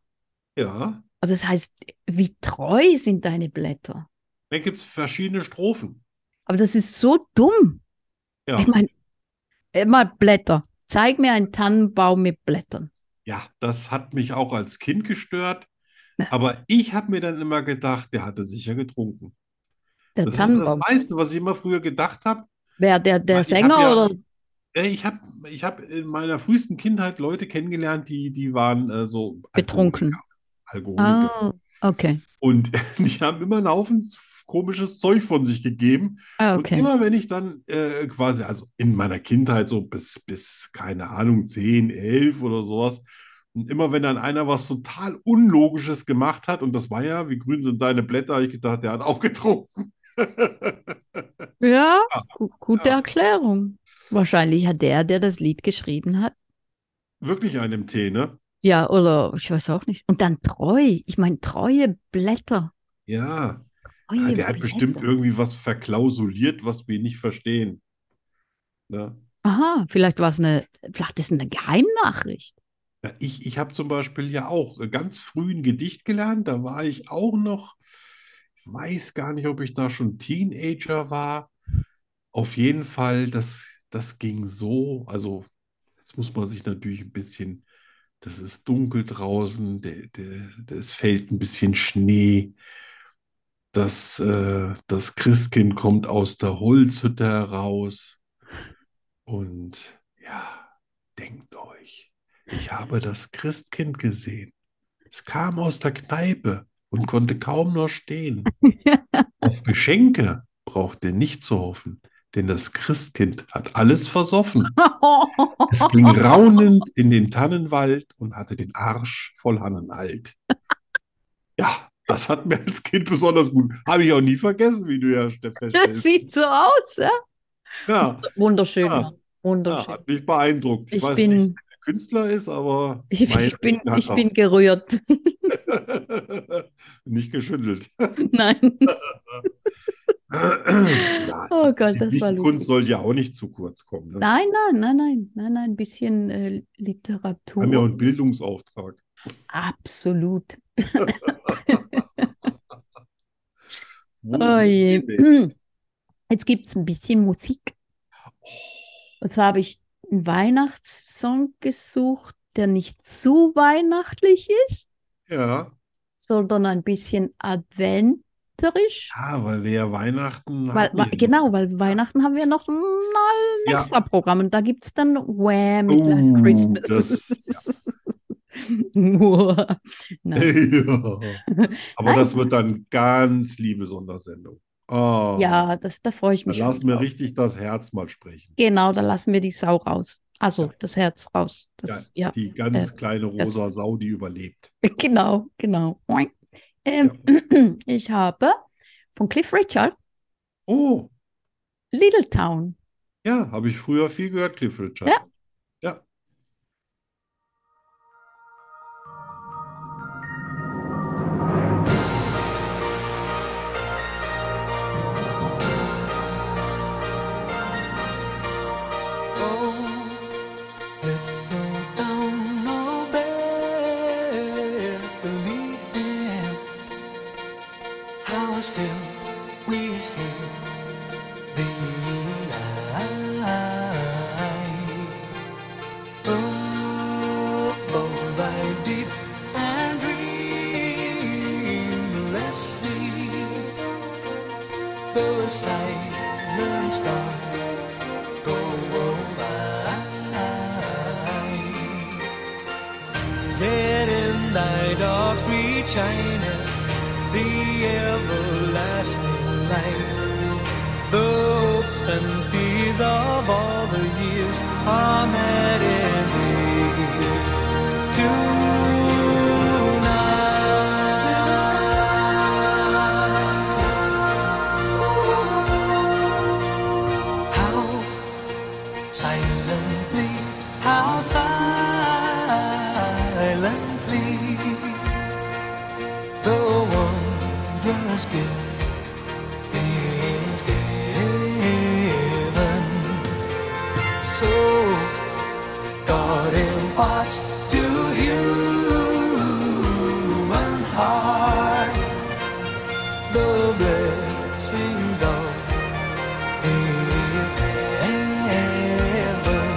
ja. Also das heißt, wie treu sind deine Blätter? Da gibt es verschiedene Strophen. Aber das ist so dumm. Ja. Ich meine, immer Blätter. Zeig mir einen Tannenbaum mit Blättern. Ja, das hat mich auch als Kind gestört. Aber ich habe mir dann immer gedacht, der hatte sicher getrunken. Der Das ist das Tannenbaum. meiste, was ich immer früher gedacht habe. Wer, der, der Ich hab Sänger ja- oder? Äh, Ich habe ich hab in meiner frühesten Kindheit Leute kennengelernt, die, die waren äh, so Betrunken. Alkoholiker. Alkoholiker. Ah, okay. Und die haben immer einen Haufen komisches Zeug von sich gegeben. Ah, Und okay. immer wenn ich dann äh, quasi, also in meiner Kindheit so bis, bis, keine Ahnung, 10, 11 oder sowas, und immer wenn dann einer was total Unlogisches gemacht hat, und das war ja, wie grün sind deine Blätter, hab ich gedacht, der hat auch getrunken. Ja, Ah. gu gute Ja. Erklärung. Wahrscheinlich hat der, der das Lied geschrieben hat. Wirklich einem Tee, ne? Ja, oder ich weiß auch nicht. Und dann treu. Ich meine, treue Blätter. Ja. Treue Ah, der hat bestimmt Blätter. irgendwie was verklausuliert, was wir nicht verstehen. Ne? Aha, vielleicht war es eine, vielleicht ist es eine Geheimnachricht. Ja, ich ich habe zum Beispiel ja auch äh, ganz früh ein Gedicht gelernt. Da war ich auch noch, ich weiß gar nicht, ob ich da schon Teenager war. Auf jeden Fall, das, das ging so. Also, jetzt muss man sich natürlich ein bisschen, das ist dunkel draußen, der, der, es fällt ein bisschen Schnee. Das, äh, das Christkind kommt aus der Holzhütte heraus. Und ja, denkt euch. Ich habe das Christkind gesehen. Es kam aus der Kneipe und konnte kaum noch stehen. Auf Geschenke braucht ihr nicht zu hoffen, denn das Christkind hat alles versoffen. Es ging raunend in den Tannenwald und hatte den Arsch voll Hannenalt. Ja, das hat mir als Kind besonders gut. Habe ich auch nie vergessen, wie du ja Steff, Das feststellst. sieht so aus, ja? Ja, Wunderschön, Ja. Mann. ja, Wunderschön. hat mich beeindruckt. Ich Ich weiß nicht, bin, wer der Künstler ist, aber ich, mein ich bin, Regen hat ich auch- bin gerührt. Nicht geschüttelt. Nein. Ja, Oh die- Gott, die das war Kunst lustig. soll ja auch nicht zu kurz kommen. Ne? Nein, nein, nein, nein, nein, nein, ein bisschen äh, Wir haben ja auch einen Literatur. Bildungsauftrag. Oh Absolut. Wo- Oh je. wo- Jetzt gibt es ein bisschen Musik. Oh. Und zwar habe ich einen Weihnachtssong gesucht, der nicht zu weihnachtlich ist, Ja. sondern ein bisschen adventerisch. ja, weil wir ja Weihnachten Weil, hatten ne? wa- ja nicht. genau, weil Weihnachten haben wir noch mal ein Ja. extra Programm und da gibt es dann Wham mit Oh, Last Christmas. das- Uah. Nein. Ja. Aber Nein. das wird dann ganz liebe Sondersendung. Oh, Ja, das, da freue ich da mich schon lassen wir drauf. richtig das Herz mal sprechen. Genau, da lassen wir die Sau raus. Also Ja. das Herz raus. Das, ja. Die ganz kleine Äh, das- rosa Sau, die überlebt. Genau, genau. Oink. Ähm, Ich habe von Cliff Richard Oh, Little Town. ja, habe ich früher viel gehört, Cliff Richard. Ja. Ja. Still, the light. the silent stars go by. Yet in thy dark green China, the everlasting light, the hopes and fears of all the years are met in thee tonight. How silently, how silently the wondrous gift is given. So God imparts to human heart the blessings of is heaven.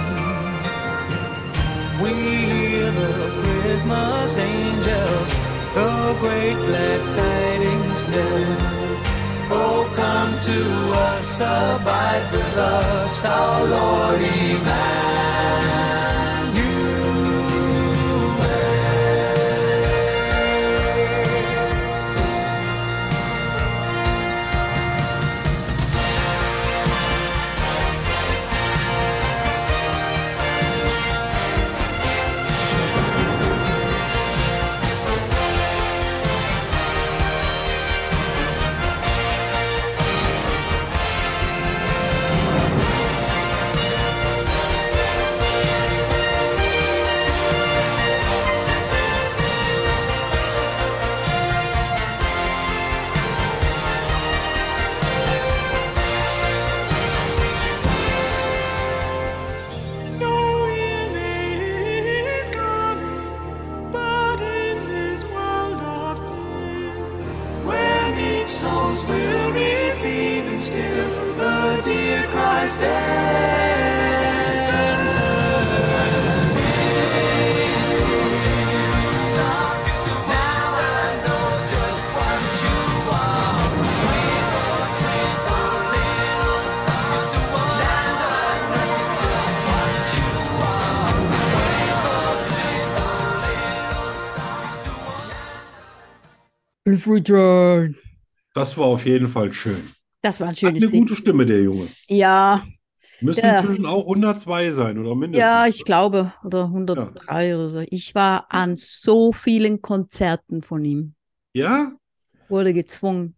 We hear the Christmas angels, the great glad tidings tell. Oh, come to us, abide with us, our Lord Emmanuel. No enemy is coming, but in this world of sin, where meek souls will receive and still the dear Christ stands Now I know just what you are. Twinkle, twinkle, little star, is the one I know. Just what you are. Twinkle, twinkle, little star, is the one I know. Das war auf jeden Fall schön. Das war ein Hat schönes eine Lied. gute Stimme, der Junge. Ja, Müsste Ja. inzwischen auch 102 sein oder mindestens. ja, ich glaube, oder 103 oder so. Ich war an so vielen Konzerten von ihm. Ja? Wurde gezwungen.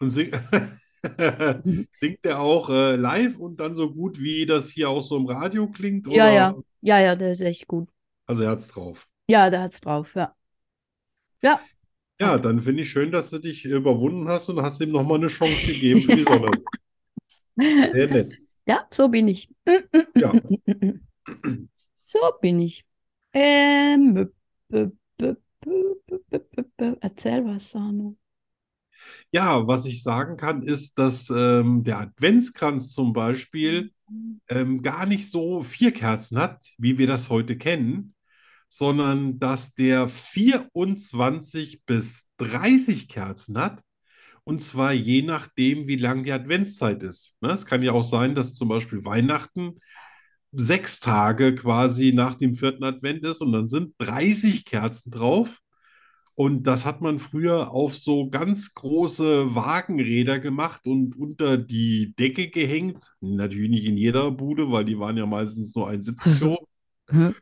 Und sing singt er auch äh, live und dann so gut, wie das hier auch so im Radio klingt? Ja, oder? ja. Ja, ja, der ist echt gut. Also er hat's drauf. Ja, der hat's drauf, ja. Ja, dann finde ich schön, dass du dich überwunden hast und hast ihm nochmal eine Chance gegeben für die Sonne. Sehr nett. Ja, so bin ich. Hm. Ja. So bin ich. Ähm, b- b- b- b- b- b- b- erzähl was, Sanu. Ja, was ich sagen kann, ist, dass ähm, der Adventskranz zum Beispiel ähm, gar nicht so vier Kerzen hat, wie wir das heute kennen, sondern dass der 24 bis 30 Kerzen hat. Und zwar je nachdem, wie lang die Adventszeit ist. Ne? Es kann ja auch sein, dass zum Beispiel Weihnachten sechs Tage quasi nach dem vierten Advent ist und dann sind 30 Kerzen drauf. Und das hat man früher auf so ganz große Wagenräder gemacht und unter die Decke gehängt. Natürlich nicht in jeder Bude, weil die waren ja meistens nur 1,70 hoch. Mhm.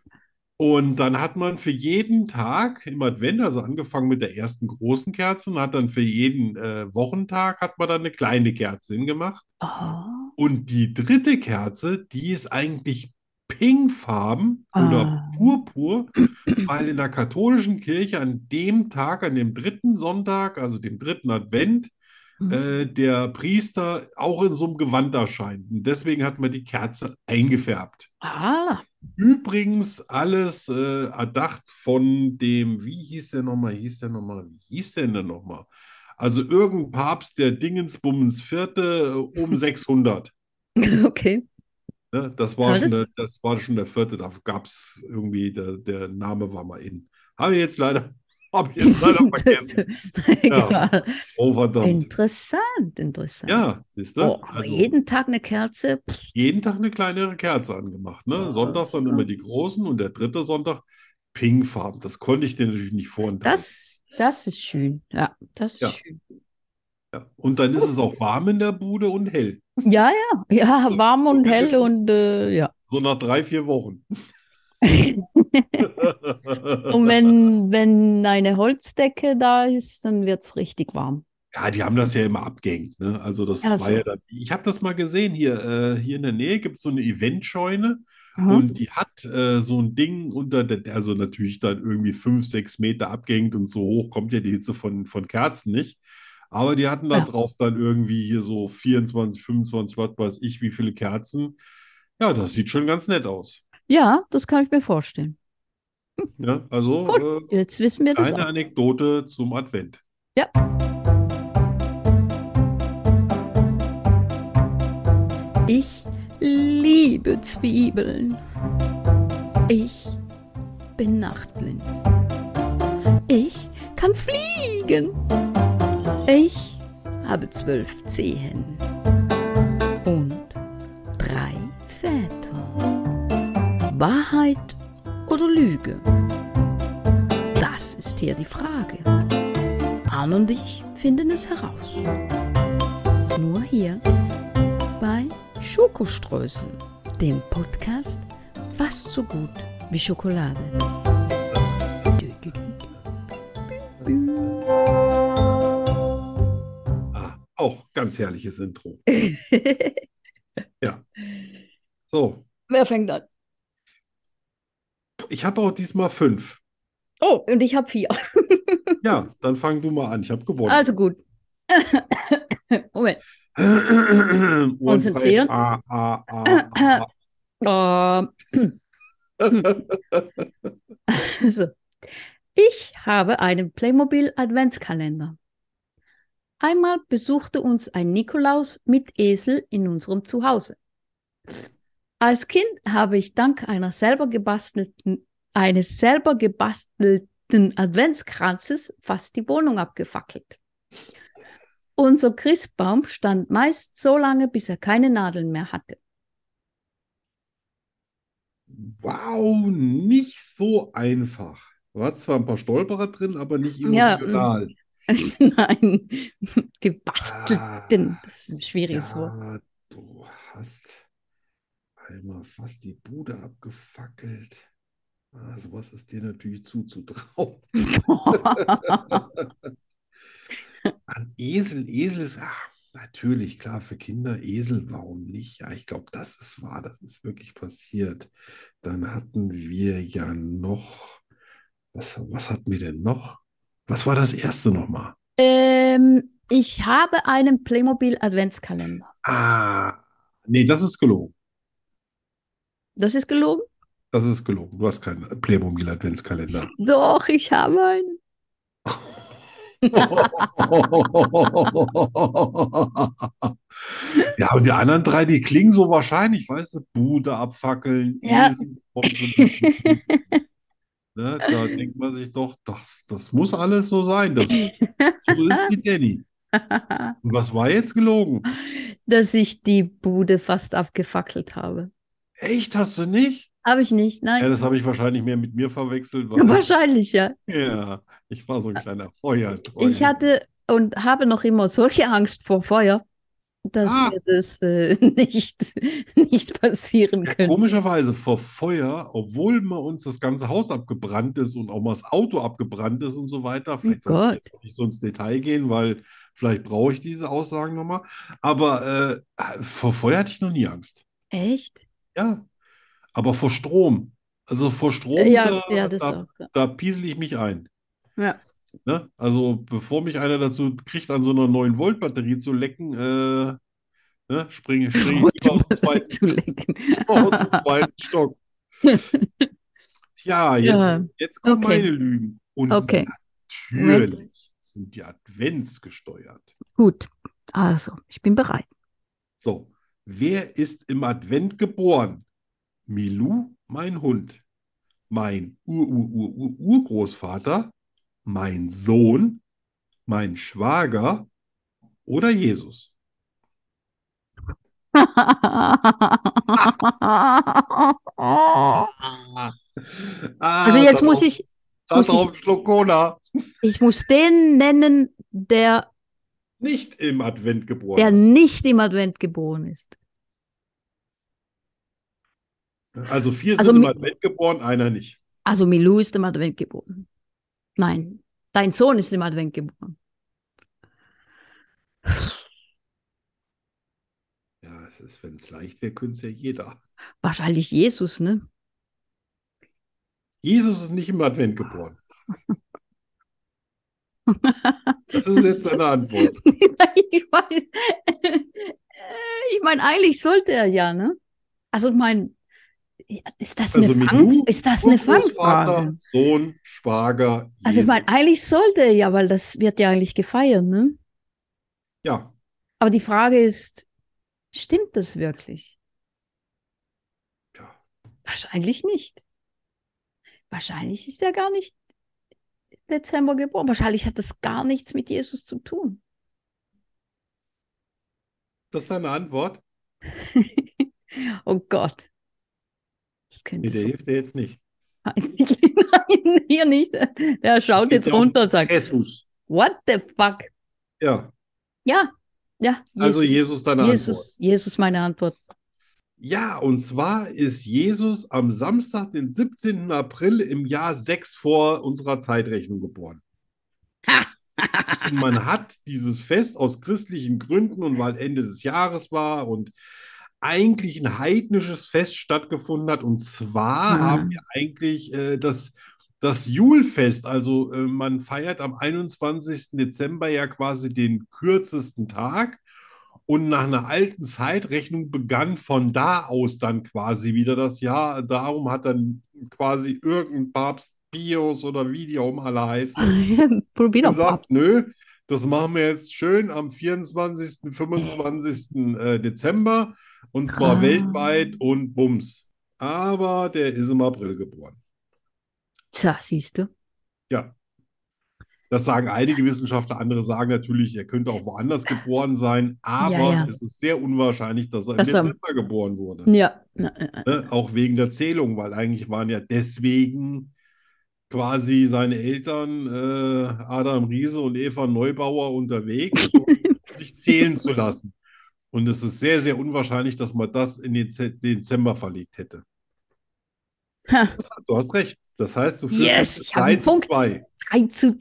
Und dann hat man für jeden Tag im Advent, also angefangen mit der ersten großen Kerze, und hat dann für jeden äh, Wochentag hat man dann eine kleine Kerze hingemacht. Oh, Und die dritte Kerze, die ist eigentlich pinkfarben Ah. oder purpur, weil in der katholischen Kirche an dem Tag, an dem dritten Sonntag, also dem dritten Advent, Mhm. äh, der Priester auch in so einem Gewand erscheint. Und deswegen hat man die Kerze eingefärbt. ah, Übrigens alles äh, erdacht von dem, wie hieß der nochmal, hieß der nochmal, wie hieß der denn nochmal? Also irgendein Papst, der Dingensbummens Vierte äh, um 600. okay. Ne, das war Ja, schon das- der, das war schon der vierte, da gab es irgendwie, der, der Name war mal in. Habe ich jetzt leider Habe ich jetzt leider vergessen. Egal. Oh, verdammt. Interessant, interessant. Ja, also siehst du? Oh, aber jeden Tag eine Kerze. Pff, jeden Tag eine kleinere Kerze angemacht. Ne? Ja, Sonntags dann so. immer die großen und der dritte Sonntag pinkfarben. Das konnte ich dir natürlich nicht vorenthalten. Das, das ist schön. Ja, das ist Ja. schön. ja. Und dann ist es auch warm in der Bude und hell. Ja, ja, ja, warm so und hell mindestens. und äh, ja. So nach drei, vier Wochen. Und wenn, wenn eine Holzdecke da ist, dann wird es richtig warm. Ja, die haben das ja immer abgehängt. Ne? Also das Ja, war so. ja dann, ich habe das mal gesehen hier, äh, hier in der Nähe gibt es so eine Eventscheune Aha. und die hat äh, so ein Ding unter, der, also natürlich dann irgendwie fünf, sechs Meter abgehängt und so hoch kommt ja die Hitze von, von Kerzen nicht. Aber die hatten da Ja. drauf dann irgendwie hier so 24, 25, was weiß ich, wie viele Kerzen. Ja, das sieht schon ganz nett aus. Ja, das kann ich mir vorstellen. Ja, also äh, Jetzt wissen wir das kleine auch. Anekdote zum Advent. Ich liebe Zwiebeln. Ich bin nachtblind. Ich kann fliegen. Ich habe zwölf Zehen und drei Väter. Wahrheit oder Lüge? Das ist hier die Frage. Anne und ich finden es heraus. Nur hier bei Schokoströßen, dem Podcast fast so gut wie Schokolade. Ah, auch ganz herrliches Intro. Ja. So, Wer fängt an? ich habe auch diesmal fünf. Oh, und ich habe vier. Ja, dann fang du mal an. Ich habe gewonnen. Also gut. Moment. One, five, Konzentrieren. ah, ah, ah, ah. Ähm, also, ich habe einen Playmobil Adventskalender. Einmal besuchte uns ein Nikolaus mit Esel in unserem Zuhause. Als Kind habe ich dank einer selber gebastelten, eines selber gebastelten Adventskranzes fast die Wohnung abgefackelt. Unser Christbaum stand meist so lange, bis er keine Nadeln mehr hatte. Wow, nicht so einfach. War zwar ein paar Stolperer drin, aber nicht Ja, emotional. Nein, gebastelten. Ah, Das ist ein schwieriges Wort. Ja, du hast einmal fast die Bude abgefackelt. Ah, sowas ist dir natürlich zuzutrauen. An Esel, Esel ist, ah, natürlich, klar, für Kinder, Esel, warum nicht? Ja, ich glaube, das ist wahr, das ist wirklich passiert. Dann hatten wir ja noch, was, was hatten wir denn noch? Was war das erste nochmal? Ähm, ich habe einen Playmobil Adventskalender. Ah, nee, das ist gelogen. Das ist gelogen? Das ist gelogen. Du hast keinen Playmobil Adventskalender. Doch, ich habe einen. Ja, und die anderen drei, die klingen so wahrscheinlich, weißt du, Bude abfackeln, Ja. Esel kommen so mit- ne, da denkt man sich doch, das, das muss alles so sein. Das, so ist die Danny. Und was war jetzt gelogen? Dass ich die Bude fast abgefackelt habe. Echt, hast du nicht? Habe ich nicht, Ja, nein. das habe ich wahrscheinlich mehr mit mir verwechselt, weil Wahrscheinlich, ja. ja, ich war so ein kleiner Feuerteufel. Ich hatte und habe noch immer solche Angst vor Feuer, dass Ah. mir das äh, nicht, nicht passieren Ja, könnte. komischerweise vor Feuer, obwohl mal uns das ganze Haus abgebrannt ist und auch mal das Auto abgebrannt ist und so weiter. Vielleicht sollte ich Oh Gott. jetzt nicht so ins Detail gehen, weil vielleicht brauche ich diese Aussagen nochmal. Aber äh, vor Feuer hatte ich noch nie Angst. Echt? Ja. Aber vor Strom. Also vor Strom, Ja, da, ja, das da, auch. ja. da piesel ich mich ein. Ja. Ne? Also bevor mich einer dazu kriegt, an so einer 9-Volt-Batterie zu lecken, äh, ne, springe, springe ich lieber aus dem zweiten zu lecken. aus dem zweiten Stock. Tja, jetzt, Ja. jetzt kommen Okay. meine Lügen. Und Okay. natürlich sind die Advents gesteuert. Gut, also, ich bin bereit. So, wer ist im Advent geboren? Milou, mein Hund. Mein Ur-Ur-Ur-Urgroßvater, mein Sohn, mein Schwager oder Jesus? Also Ah, jetzt muss ich, Da muss ich- drauf Schluck Cola. ich muss den nennen, der, Nicht im Advent geboren der ist. nicht im Advent geboren ist. Also vier Also sind im mi- Advent geboren, einer nicht. Also Milou ist im Advent geboren. Nein, dein Sohn ist im Advent geboren. Ja, es ist, wenn es leicht wäre, könnte es ja jeder. Wahrscheinlich Jesus, ne? Jesus ist nicht im Advent geboren. Das ist jetzt deine Antwort. ich meine, äh, ich mein, eigentlich sollte er ja, ne? Also mein, ja, ist das eine Also mit Fang, Lu, ist das eine Großvater, Fangfrage? Sohn, Schwager, Also ich Jesus. meine, eigentlich sollte er ja, weil das wird ja eigentlich gefeiert, ne? Ja, Aber die Frage ist, stimmt das wirklich? Ja. Wahrscheinlich nicht. Wahrscheinlich ist er gar nicht Dezember geboren. Wahrscheinlich hat das gar nichts mit Jesus zu tun. das ist deine Antwort. Oh Gott. Das könnte Nee, der so hilft dir jetzt nicht. Nein, hier nicht. Der schaut Geht's jetzt ja um runter und sagt, Jesus. what the fuck? Ja, Ja, ja, also Jesus, Jesus deine Antwort. Jesus, Jesus meine Antwort. Ja, und zwar ist Jesus am Samstag, den 17. April im Jahr 6 vor unserer Zeitrechnung geboren. Und man hat dieses Fest aus christlichen Gründen und weil Ende des Jahres war und eigentlich ein heidnisches Fest stattgefunden hat. Und zwar Ah. haben wir eigentlich äh, das, das Julfest. Also äh, man feiert am 21. Dezember ja quasi den kürzesten Tag. Und nach einer alten Zeitrechnung begann von da aus dann quasi wieder das Jahr. Darum hat dann quasi irgendein Papst Pius oder wie die auch immer alle heißen, Probier doch gesagt, Papst. nö, das machen wir jetzt schön am 24., 25. äh, Dezember und zwar Ah. weltweit und bums. Aber der ist im April geboren. Tja, siehst du. Ja. Das sagen einige Wissenschaftler, andere sagen natürlich, er könnte auch woanders geboren sein, aber ja. ähm, es ist sehr unwahrscheinlich, dass er im Dass er- Dezember geboren wurde. Ja, na, na, na. Ne? Auch wegen der Zählung, weil eigentlich waren ja deswegen quasi seine Eltern äh, Adam Riese und Eva Neubauer unterwegs, um sich zählen zu lassen. Und es ist sehr, sehr unwahrscheinlich, dass man das in den Ze Dezember verlegt hätte. Ha. Das, du hast recht. Das heißt, du führst Yes, jetzt ich habe 3 einen zu Punkt. 2. 3 zu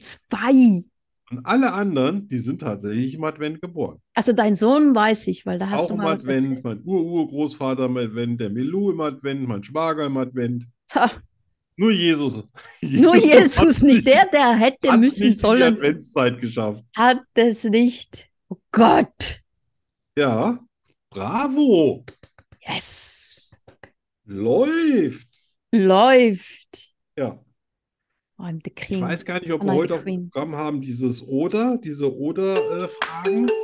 2. Und alle anderen, die sind tatsächlich im Advent geboren. Also dein Sohn weiß ich, weil da hast Auch du im mal was Advent, erzählt. mein Ur-Urgroßvater im Advent, der Milou im Advent, mein Schwager im Advent. Tja, Nur Jesus. nur hat's Jesus nicht. Der, der hätte Hat's müssen nicht in die sollen, Adventszeit geschafft. hat es nicht. Oh Gott. Ja, bravo, Yes. läuft. Läuft. Ja, I'm the king. ich weiß gar nicht, ob wir Allein heute die auf Queen. dem Programm haben dieses oder, diese oder äh, Fragen.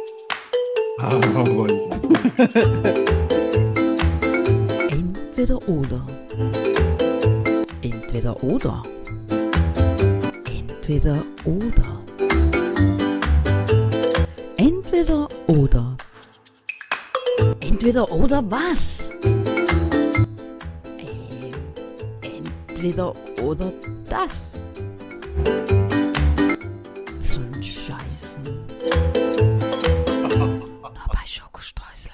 Ah, Freundchen. Entweder oder. Entweder oder. Entweder oder. Entweder oder. Entweder oder was? Ähm, Entweder oder das. So ein Scheiß. ne? Nur bei Schokostreusel.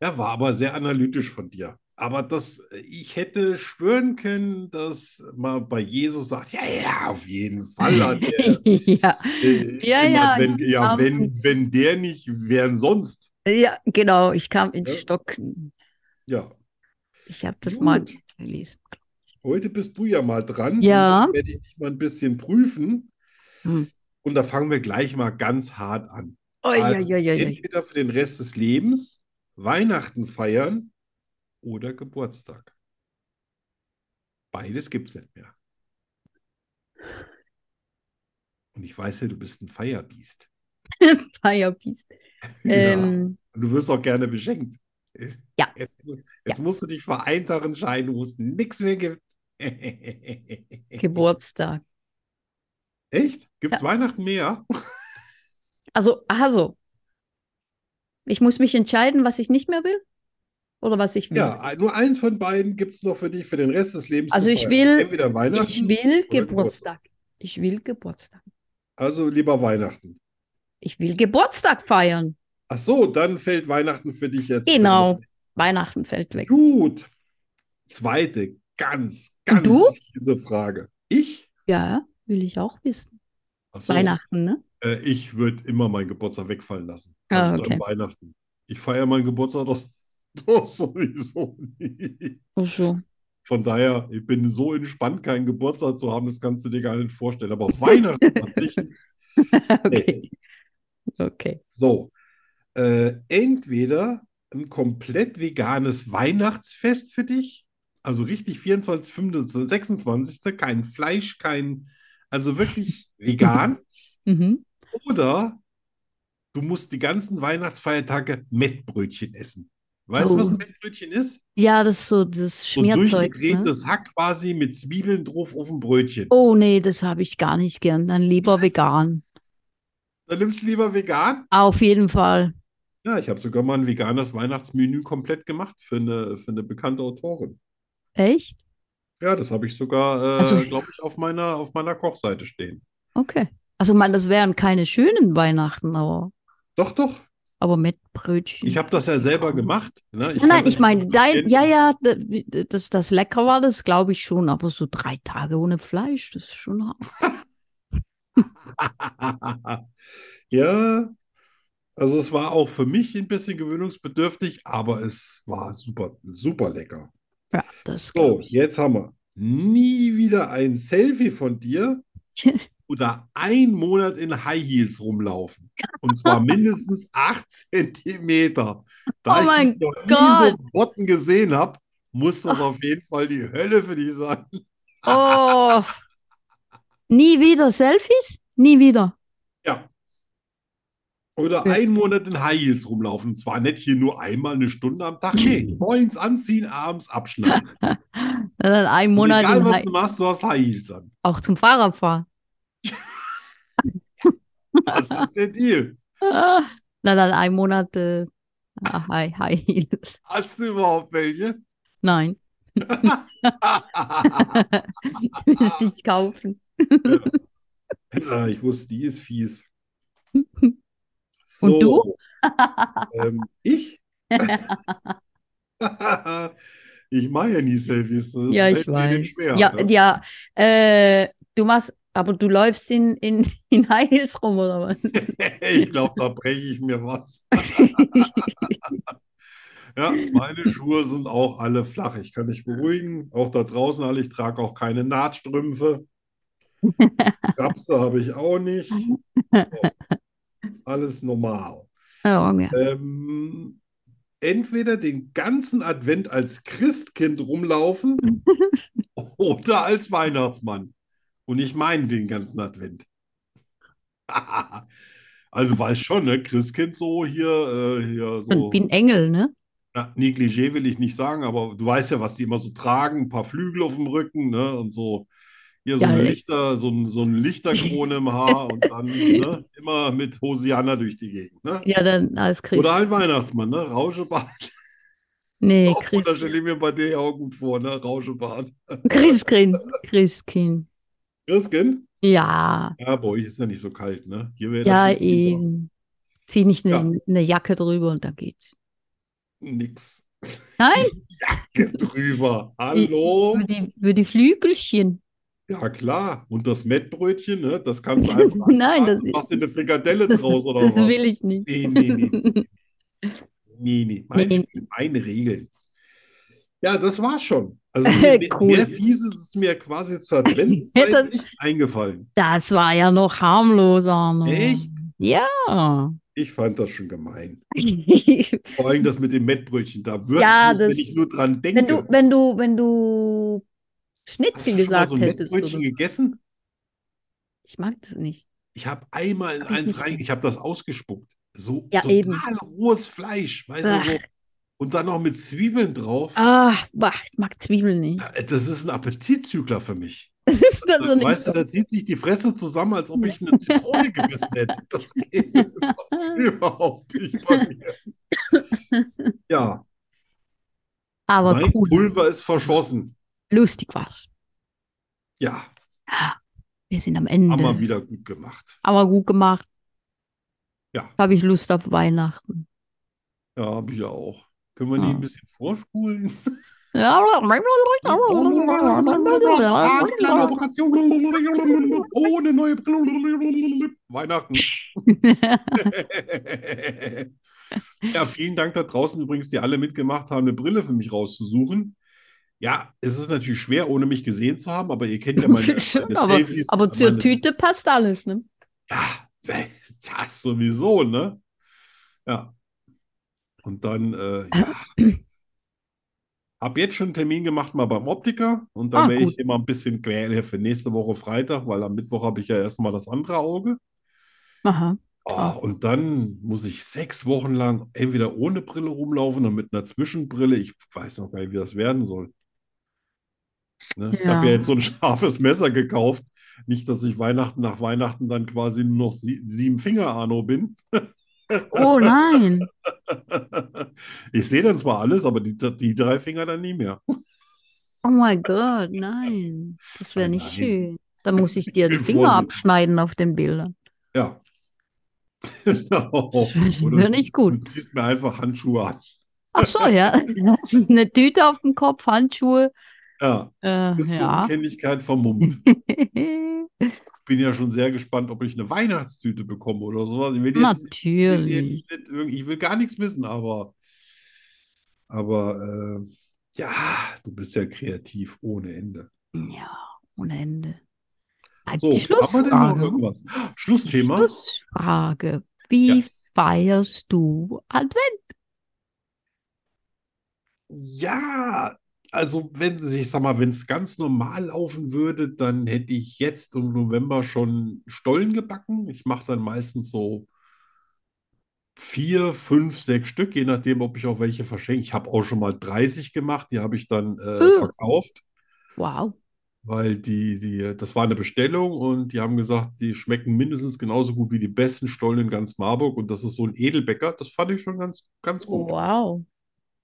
ja, war aber sehr analytisch von dir. Aber das, äh, ich hätte schwören können, dass man bei Jesus sagt, ja, ja, auf jeden Fall hat der ja. äh, Ja, im ja, Advent, ich ja, glaub, wenn, es- wenn der nicht, wer sonst? ja, genau. Ich kam ins Ja. Stocken. Ja. Ich habe das mal Gut. gelesen. Heute bist du ja mal dran. Ja. Und dann werde ich dich mal ein bisschen prüfen. Hm. Und da fangen wir gleich mal ganz hart an. Oh, ja, Also, ja, ja, ja. Entweder für den Rest des Lebens, Weihnachten feiern oder Geburtstag. Beides gibt es nicht mehr. Und ich weiß ja, du bist ein Feierbiest. Firebeast. Ja. Ähm, Und du wirst auch gerne beschenkt. Ja. Jetzt, jetzt musst du dich für einen Tag entscheiden, wo es nichts mehr gibt. Geburtstag. Echt? Gibt es Weihnachten mehr? Also, also. Ich muss mich entscheiden, was ich nicht mehr will oder was ich will. Ja, nur eins von beiden gibt es noch für dich für den Rest des Lebens. zu Also ich feiern. will- Entweder Weihnachten. Ich will oder Geburtstag. Ich will Geburtstag. Also lieber Weihnachten. Ich will Geburtstag feiern. Ach so, dann fällt Weihnachten für dich jetzt. Genau. Weihnachten fällt weg. Gut. Zweite ganz, ganz Und du? fiese Frage. Ich? Ja, will ich auch wissen. Ach so, Weihnachten, ne? äh, ich würde immer meinen Geburtstag wegfallen lassen. Ah, Also dann okay. Weihnachten. Ich feiere meinen Geburtstag doch, doch sowieso nie. Ach so. Von daher, ich bin so entspannt, keinen Geburtstag zu haben, das kannst du dir gar nicht vorstellen. Aber auf Weihnachten verzichten. Okay. Okay. So, äh, entweder ein komplett veganes Weihnachtsfest für dich, also richtig 24, 25, 26, kein Fleisch, kein, also wirklich vegan, Mhm. oder du musst die ganzen Weihnachtsfeiertage Mettbrötchen essen. Weißt du, was Oh. ein Mettbrötchen ist? Ja, das ist so das So Schmierzeugs, ne? durchgedrehtes Hack quasi mit Zwiebeln drauf auf dem Brötchen. Oh nee, das habe ich gar nicht gern. Dann lieber vegan. Dann nimmst du lieber vegan. Auf jeden Fall. Ja, ich habe sogar mal ein veganes Weihnachtsmenü komplett gemacht für eine, für eine bekannte Autorin. Echt? Ja, das habe ich sogar, äh, Also- glaube ich, auf meiner, auf meiner Kochseite stehen. Okay. Also, man, das wären keine schönen Weihnachten, aber, Doch, doch. aber mit Brötchen. Ich habe das ja selber gemacht. Ne? Nein, nein, kann's ich meine, nicht dein, ja, verstehen. ja, d- dass das lecker war, das glaube ich schon, aber so drei Tage ohne Fleisch, das ist schon hart. Ja, also es war auch für mich ein bisschen gewöhnungsbedürftig, aber es war super, super lecker. Ja, das So, glaub ich. jetzt haben wir nie wieder ein Selfie von dir oder ein Monat in High Heels rumlaufen. Und zwar mindestens acht Zentimeter. Da Oh ich mein dich noch nie in so Gott. einem Botten gesehen habe, muss das auf jeden Fall die Hölle für dich sein. Oh. Nie wieder Selfies? Nie wieder. Ja. Oder Ja. einen Monat in High Heels rumlaufen. Und zwar nicht hier nur einmal eine Stunde am Tag. Nee, morgens anziehen, abends abschneiden. Dann einen Und Monat egal, in was Hai- du machst, du hast High Heels an. auch zum Fahrradfahren. Das ist der Deal. Ah, Na, dann einen Monat äh, ah, High, High Heels. Hast du überhaupt welche? Nein, müsste ich kaufen. Ja, ich wusste, die ist fies. Und du? Ähm, ich? Ich mache ja nie Selfies. Das Ja, ich fällt mir denen weiß. schwer, Ja, ne? ja, äh, du machst, aber du läufst in, in, in High Heels rum, oder was? Ich glaube, da breche ich mir was. Ja, meine Schuhe sind auch alle flach. Ich kann dich beruhigen. Auch da draußen alle. Ich trage auch keine Nahtstrümpfe. Strapse habe ich auch nicht. So. Alles normal. Ja, okay. Ähm, entweder den ganzen Advent als Christkind rumlaufen oder als Weihnachtsmann. Und ich meine den ganzen Advent. Also weiß schon, ne? Christkind so hier, äh, hier Ich so. bin Engel, ne? Ja, Negligé will ich nicht sagen, aber du weißt ja, was die immer so tragen, ein paar Flügel auf dem Rücken, ne? Und so hier so Ja, eine le- Lichter, so, ein- so eine Lichterkrone im Haar und dann ne, immer mit Hosianna durch die Gegend, ne? Ja, dann als Christ. Oder ein Weihnachtsmann, ne? Rauschebart. nee, Oh, Christ, das stelle ich mir bei dir ja auch gut vor, ne? Rauschebart. Christkind, Christkind. Christkind? Ja, Ja, bei euch ist ja nicht so kalt, ne? Hier wäre das ja, schon fieser. eben. Zieh nicht Ja. eine, eine Jacke drüber und dann geht's. Nix. Nein, Geht drüber. Hallo? für die, für die Flügelchen. Ja, klar. Und das Mettbrötchen, ne? Das kannst du einfach Nein, anbraten, das- machst dir eine Frikadelle Das, draus oder das was? will ich nicht. Nee, nee, nee, nee, nee. Mein Nee. Spiel, meine Regeln. Ja, das war's schon. Also mir- mir- Cool. mehr Fieses ist mir quasi zur Adventszeit Das- nicht eingefallen. Das war ja noch harmlos, Arno. Echt? Ja. Ich fand das schon gemein. Vor allem das mit dem Mettbrötchen, da würzt Ja, mich, wenn das- ich nur dran Wenn du, denke. wenn du, wenn du Hast Schnitzel du schon mal gesagt so ein hättest, oder? Mettbrötchen gegessen? Ich mag das nicht. Ich habe einmal in Hab ich eins nicht rein, gemacht. ich habe das ausgespuckt. So Ja, total eben. rohes Fleisch, weißt du, so. und dann noch mit Zwiebeln drauf. äh, Ach, bah, ich mag Zwiebeln nicht. Das ist ein Appetitzügler für mich. Das ist dann Also so weißt du, da zieht sich die Fresse zusammen, als ob ich eine Zitrone gebissen hätte. Das geht überhaupt nicht bei mir. Ja, Aber mein cool, Pulver ist verschossen. lustig war's. Ja, Wir sind am Ende. haben wir wieder gut gemacht. Aber gut gemacht. Ja. Habe ich Lust auf Weihnachten. Ja, habe ich ja auch. Können wir die Ah. ein bisschen vorspulen? Ja. Ah, die kleine Operation. Ohne neue Brille. Weihnachten. Ja, vielen Dank da draußen übrigens, die alle mitgemacht haben, eine Brille für mich rauszusuchen. Ja, es ist natürlich schwer, ohne mich gesehen zu haben, aber ihr kennt ja meine, Schön, meine Selfies, äh, Aber zur meine- Tüte passt alles, ne? Ja, das sowieso, ne? Ja. Und dann, äh, ja. Hab jetzt schon einen Termin gemacht, mal beim Optiker. Und dann Ah, werde ich gut. immer ein bisschen quälen für nächste Woche Freitag, weil am Mittwoch habe ich ja erstmal das andere Auge. Aha. Ah, und dann muss ich sechs Wochen lang entweder ohne Brille rumlaufen oder mit einer Zwischenbrille. Ich weiß noch gar nicht, wie das werden soll. Ne? Ich habe ja Ja. jetzt so ein scharfes Messer gekauft. Nicht, dass ich Weihnachten nach Weihnachten dann quasi nur noch sie sieben Finger Arno bin. Oh nein. Ich sehe dann zwar alles, aber die, die drei Finger dann nie mehr. Oh mein Gott, nein. Das wäre nicht Nein. schön. Da muss ich dir die bin Finger vorsichtig. abschneiden auf den Bildern. Ja. Genau. Das Oder wär du- nicht gut. Du ziehst mir einfach Handschuhe an. Ach so, ja. Das ist eine Tüte auf dem Kopf, Handschuhe. Ja, Äh, bis zur ja. Unkenntlichkeit vermummt. bin ja schon sehr gespannt, ob ich eine Weihnachtstüte bekomme oder sowas. Ich will jetzt, ich will Natürlich. jetzt nicht, irgendwie- ich will gar nichts wissen, aber, aber äh, ja, du bist ja kreativ ohne Ende. Ja, ohne Ende. Bleibt So, Halt die haben wir denn noch Schlussfrage. irgendwas? Schlussthema. Schlussfrage. Wie Ja. feierst du Advent? Ja, also wenn ich sag mal, wenn es ganz normal laufen würde, dann hätte ich jetzt im November schon Stollen gebacken. Ich mache dann meistens so vier, fünf, sechs Stück, je nachdem, ob ich auch welche verschenke. Ich habe auch schon mal 30 gemacht, die habe ich dann äh, Uh. verkauft, Wow. weil die, die, das war eine Bestellung und die haben gesagt, die schmecken mindestens genauso gut wie die besten Stollen in ganz Marburg und das ist so ein Edelbäcker. Das fand ich schon ganz, ganz gut. Wow.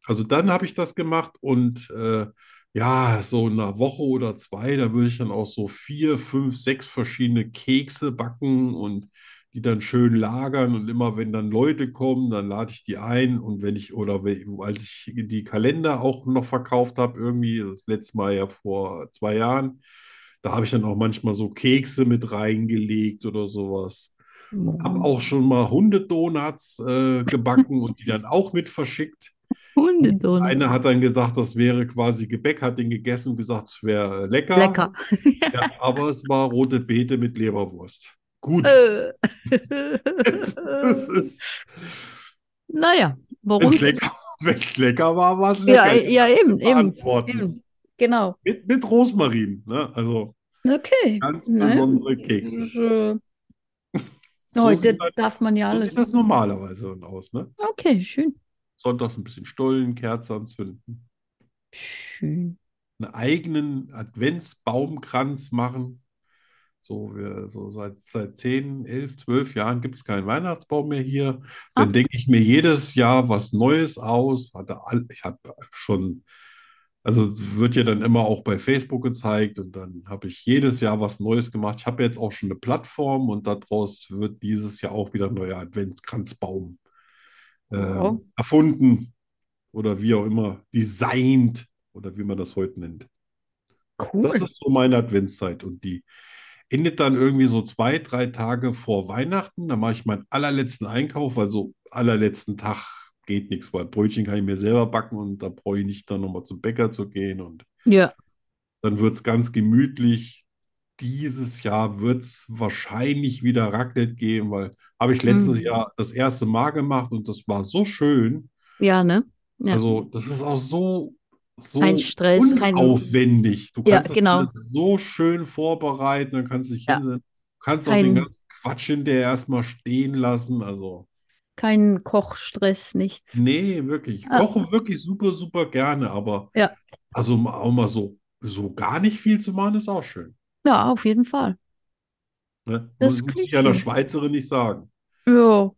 Also dann habe ich das gemacht und äh, ja, so in einer Woche oder zwei, da würde ich dann auch so vier, fünf, sechs verschiedene Kekse backen und die dann schön lagern und immer wenn dann Leute kommen, dann lade ich die ein und wenn ich oder we- als ich die Kalender auch noch verkauft habe, irgendwie das letzte Mal ja vor zwei Jahren, da habe ich dann auch manchmal so Kekse mit reingelegt oder sowas. Mhm. Habe auch schon mal Hundedonuts äh, gebacken und die dann auch mit verschickt. Hundedonut. Einer hat dann gesagt, das wäre quasi Gebäck, hat den gegessen und gesagt, es wäre lecker. Lecker. Ja, aber es war rote Beete mit Leberwurst. Gut, Äh. es ist, Naja, wenn warum? es lecker, wenn's lecker war, war es Ja, lecker. äh, ja, eben, eben, Antworten. eben. Genau. Mit, mit Rosmarin, ne? Also Okay. ganz Nein. besondere Das Kekse. ist, äh, So Heute sieht das- darf man ja So alles. sieht das normalerweise dann aus, ne? Okay, schön. Sonntags ein bisschen Stollen, Kerze anzünden, Schön. einen eigenen Adventsbaumkranz machen. So, wir, so seit, seit 10, 11, 12 Jahren gibt es keinen Weihnachtsbaum mehr hier. Dann Ah. denke ich mir jedes Jahr was Neues aus. Hatte all, ich habe schon, also es wird ja dann immer auch bei Facebook gezeigt und dann habe ich jedes Jahr was Neues gemacht. Ich habe jetzt auch schon eine Plattform und daraus wird dieses Jahr auch wieder ein neuer Adventskranzbaum ähm, Wow. erfunden oder wie auch immer, designt oder wie man das heute nennt. Das Cool. ist so meine Adventszeit und die endet dann irgendwie so zwei, drei Tage vor Weihnachten. Da mache ich meinen allerletzten Einkauf, also allerletzten Tag geht nichts, weil Brötchen kann ich mir selber backen und da brauche ich nicht dann nochmal zum Bäcker zu gehen und Ja. dann wird es ganz gemütlich. Dieses Jahr wird es wahrscheinlich wieder Raclette geben, weil habe ich letztes Mhm. Jahr das erste Mal gemacht und das war so schön. Ja, ne? Ja. Also, das ist auch so, so Kein Stress, kein- unaufwendig. Du Ja, kannst das genau. alles so schön vorbereiten, dann kannst du dich Ja. hinsetzen. Du kannst auch Kein- den ganzen Quatsch hinterher erstmal stehen lassen. Also, keinen Kochstress, nichts. Nee, wirklich. Ich Ah. koche wirklich super, super gerne, aber Ja. also mal- auch mal so, so gar nicht viel zu machen, ist auch schön. Ja, auf jeden Fall. Ne? Das Muss, muss klingt ich einer gut. Schweizerin nicht sagen. Ja.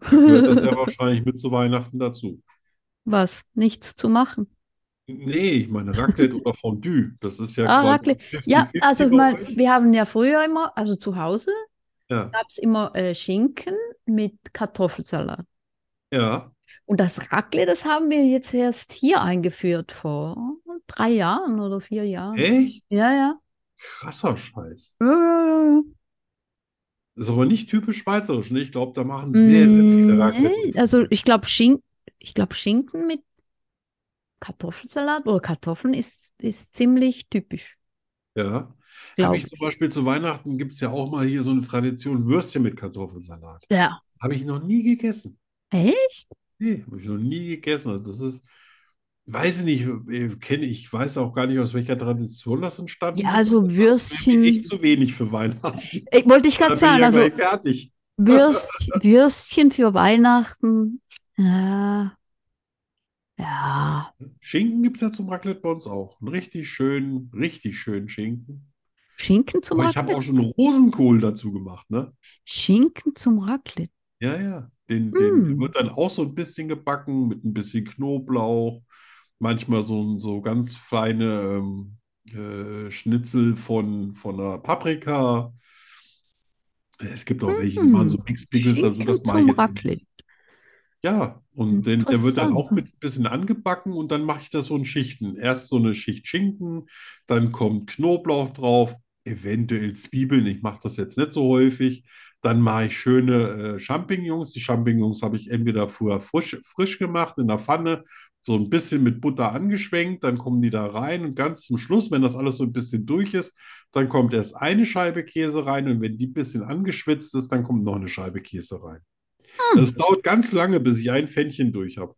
Gehört das ja wahrscheinlich mit zu Weihnachten dazu. Was? Nichts zu machen. Nee, ich meine Raclette oder Fondue, das ist ja Ah, quasi Raclette. Ja, 50-50 also ich bei meine, euch. wir haben ja früher immer, also zu Hause Ja, gab es immer äh, Schinken mit Kartoffelsalat. ja. Und das Raclette, das haben wir jetzt erst hier eingeführt vor drei Jahren oder vier Jahren. Echt Ja, ja. krasser Scheiß. Ja, ja, ja. Ist aber nicht typisch schweizerisch, ne? Ich glaube, da machen sehr, sehr viele Nee, Raclette. Mm, also ich glaube Schink, ich glaube Schinken mit Kartoffelsalat oder Kartoffeln ist, ist ziemlich typisch, Ja. glaub Habe ich zum Beispiel zu Weihnachten gibt es ja auch mal hier so eine Tradition, Würstchen mit Kartoffelsalat. Ja. Habe ich noch nie gegessen. Echt? Nee, habe ich noch nie gegessen. Also das ist, weiß ich nicht, kenne ich, weiß auch gar nicht, aus welcher Tradition das entstanden Ja, ist. also aber das wäre mir Würstchen- echt zu wenig für Weihnachten. Ich, wollte ich gerade Dann bin ich sagen, ja also gleich fertig. Würst, Würstchen für Weihnachten. Ja. Ja. Schinken gibt es ja zum Raclette bei uns auch. Einen richtig schönen, richtig schönen Schinken. Schinken zum Aber ich habe auch Raclette. schon Rosenkohl dazu gemacht, ne? Schinken zum Raclette. Ja, ja. Den, den Mm. wird dann auch so ein bisschen gebacken mit ein bisschen Knoblauch, manchmal so, so ganz feine ähm, äh, Schnitzel von, von einer Paprika. Äh, Es gibt auch welche, die machen so Mm. Mixed Pickles, also das Schinken mache ich zum jetzt nicht. Raclette. Ja, und den, der wird dann Interessant. auch mit ein bisschen angebacken und dann mache ich das so in Schichten. Erst so eine Schicht Schinken, dann kommt Knoblauch drauf, eventuell Zwiebeln. Ich mache das jetzt nicht so häufig. Dann mache ich schöne äh, Champignons. Die Champignons habe ich entweder früher frisch, frisch gemacht in der Pfanne, so ein bisschen mit Butter angeschwenkt. Dann kommen die da rein und ganz zum Schluss, wenn das alles so ein bisschen durch ist, dann kommt erst eine Scheibe Käse rein und wenn die ein bisschen angeschwitzt ist, dann kommt noch eine Scheibe Käse rein. Das dauert ganz lange, bis ich ein Pfännchen durch habe.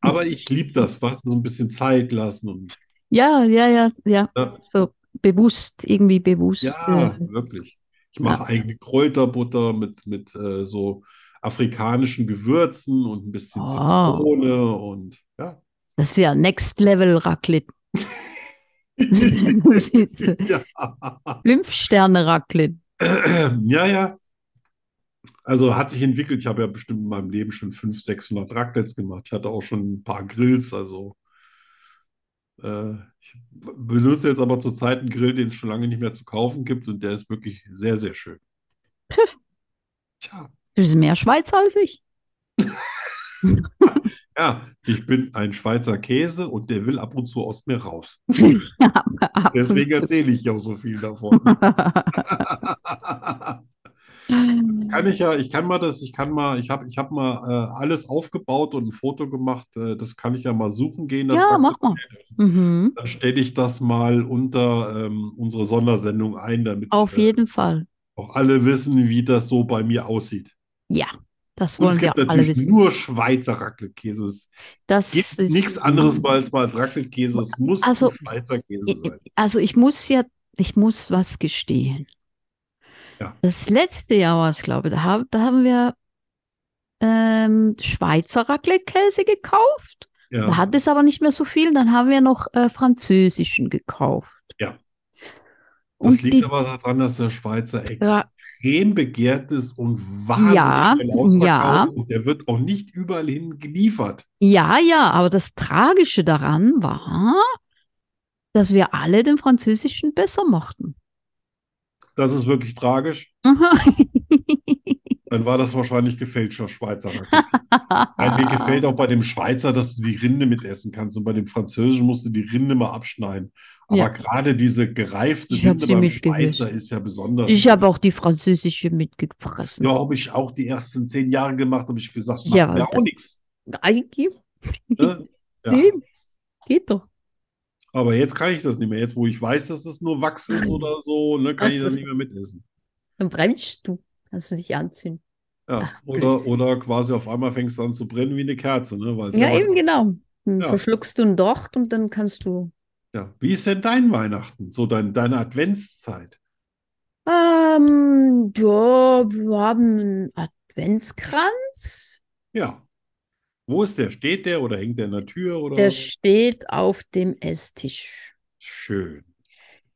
Aber ich liebe das, was so ein bisschen Zeit lassen und Ja, ja, ja, ja. Ja. So bewusst, irgendwie bewusst. ja, äh, wirklich. Ich mache eigene Kräuterbutter mit, mit äh, so afrikanischen Gewürzen und ein bisschen Oh. Zitrone und ja. Das ist ja Next Level Raclette. Das ist ja. Fünf Sterne Raclette. Ja, ja. Also hat sich entwickelt. Ich habe ja bestimmt in meinem Leben schon 500, 600 Raclettes gemacht. Ich hatte auch schon ein paar Grills. Also äh, ich b- benutze jetzt aber zurzeit einen Grill, den es schon lange nicht mehr zu kaufen gibt und der ist wirklich sehr, sehr schön. Tja, Du bist mehr Schweizer als ich. ja, ich bin ein Schweizer Käse und der will ab und zu aus mir raus. Ab Deswegen und zu. erzähle ich ja auch so viel davon. Kann ich ja, ich kann mal das, ich kann mal, ich habe ich hab mal äh, alles aufgebaut und ein Foto gemacht. Äh, das kann ich ja mal suchen gehen. Das Ja, Raclette. mach mal. Mhm. Dann stelle ich das mal unter ähm, unsere Sondersendung ein, damit Auf äh, jeden Fall. auch alle wissen, wie das so bei mir aussieht. Das Und wollen es gibt wir alle natürlich wissen. nur Schweizer Raclette-Käse. Es Das gibt ist mhm. nichts anderes als, als Raclette-Käse. Es muss ein Also, Schweizer Käse I- sein. i- Also ich muss ja, ich muss was gestehen. Ja. Das letzte Jahr war es, glaube ich, da, hab, da haben wir ähm, Schweizer Raclette-Käse gekauft. Da Ja, hat es aber nicht mehr so viel. Dann haben wir noch äh, französischen gekauft. Ja. das Und liegt die, aber daran, dass der Schweizer Ra- extrem begehrt ist und wahnsinnig Ja, schnell ausverkauft. ja. Und der wird auch nicht überall hin geliefert. ja, ja, aber das Tragische daran war, dass wir alle den französischen besser mochten. Das ist wirklich tragisch. Dann war das wahrscheinlich gefälschter Schweizer Raclette. Nein, mir gefällt auch bei dem Schweizer, dass du die Rinde mitessen kannst. Und bei dem Französischen musst du die Rinde mal abschneiden. Aber Ja. gerade diese gereifte Ich hab Rinde sie beim mitgegessen. Schweizer ist ja besonders. Ich habe auch die französische mitgefressen. Ja, habe ich auch die ersten zehn Jahre gemacht, habe ich gesagt, macht Ja, mir aber auch nichts. Eigentlich, Ne? Ja. nee, geht doch. Aber jetzt kann ich das nicht mehr. Jetzt, wo ich weiß, dass es nur Wachs ist oder so, ne, kann ich Das das ist- nicht mehr mitessen. Dann bremst du. Kannst du dich anzünden. Ja. Ach, Oder, Blödsinn. oder quasi auf einmal fängst du an zu brennen wie eine Kerze, ne? Weil es Ja, ja eben Wachs- genau. Dann Ja. verschluckst du einen Docht und dann kannst du. Ja. Wie ist denn dein Weihnachten? So dein, deine Adventszeit? Ähm, ja, wir haben einen Adventskranz. Ja. Wo ist der? Steht der oder hängt der in der Tür oder? Der steht auf dem Esstisch. Schön.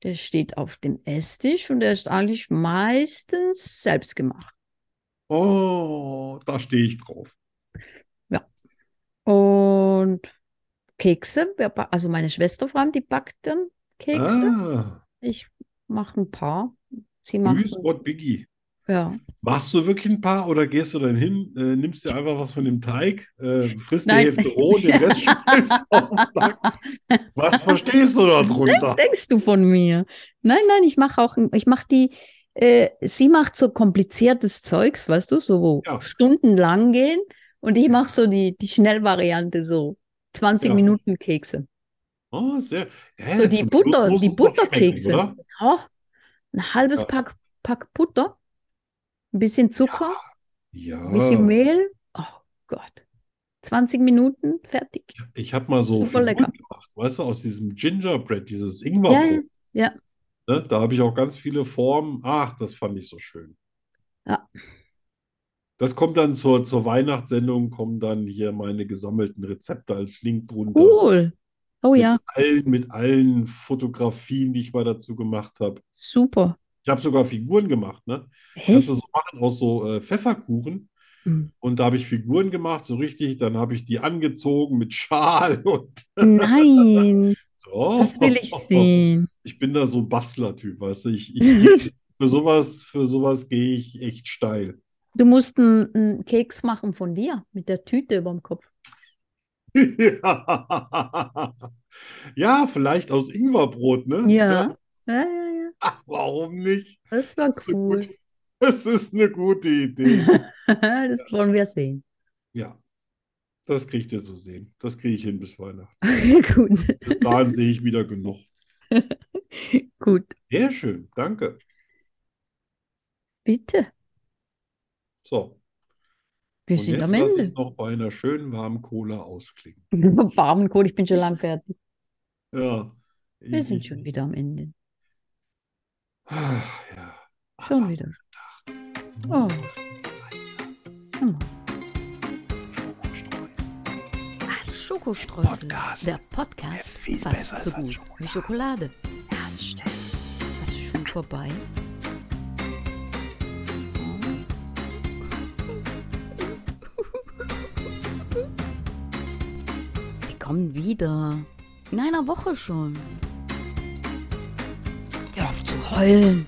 Der steht auf dem Esstisch und der ist eigentlich meistens selbst gemacht. Oh, da stehe ich drauf. Und Kekse, wir ba- also meine Schwester vor allem, die backt dann Kekse. Ah, Ich mache ein paar. Sie machen, Grüß Gott, Biggie. ja. Machst du wirklich ein paar oder gehst du dann hin, äh, nimmst dir einfach was von dem Teig, äh, frisst die Nein. Hälfte roh, den Rest schmeißt auf den Back? Was verstehst du da drunter? denkst du von mir? Nein, nein, ich mache auch, ich mache die, äh, sie macht so kompliziertes Zeugs, weißt du, so wo Ja. stundenlang gehen und ich mache so die, die Schnellvariante, so 20 Ja. Minuten Kekse. Oh, sehr. Hä, So die zum Schluss Butter- muss die es doch schmecken, Butterkekse. oder? Oh, ein halbes Ja. Pack, Pack Butter, ein bisschen Zucker, Ja, Ah. ein bisschen Mehl. Oh Gott. 20 Minuten, fertig. ich habe mal so Super Figuren lecker. gemacht, weißt du, aus diesem Gingerbread, dieses Ja, Ingwerbrot. ja. Ne, da habe ich auch ganz viele Formen. Ach, das fand ich so schön. Ja. Das kommt dann zur, zur Weihnachtssendung, kommen dann hier meine gesammelten Rezepte als Link drunter. Cool. Oh Mit ja, allen, mit allen Fotografien, die ich mal dazu gemacht habe. super. Ich habe sogar Figuren gemacht, ne? Kannst Echt? du so machen aus so äh, Pfefferkuchen. Mhm. Und da habe ich Figuren gemacht, so richtig. Dann habe ich die angezogen mit Schal und Nein, so. das will ich sehen. Ich bin da so ein Bastler-Typ, weißt du? Ich, ich, für sowas, für sowas gehe ich echt steil. Du musst einen, einen Keks machen von dir mit der Tüte über dem Kopf. Ja, vielleicht aus Ingwerbrot, ne? Ja. Ja, ja, ja. Warum nicht? Das war Eine cool. gute- Das ist eine gute Idee. Das wollen wir sehen. Ja, das kriegt ihr so sehen. Das kriege ich hin bis Weihnachten. Gut. Bis dahin sehe ich wieder genug. Gut. Sehr schön, danke. Bitte. So, Wir und sind jetzt am lasse ich Ende. es noch bei einer schönen warmen Cola ausklingen. Warmen Kohl, ich bin schon lang fertig. Ja, Wir ich- sind ich- schon wieder am Ende. Ah, ja. Ah, Schon wieder. Oh. Hm. Was? Schokostreusel. Der Podcast fast so gut wie Schokolade. Was ist schon vorbei? Wir kommen wieder. In einer Woche schon. Hör auf zu heulen.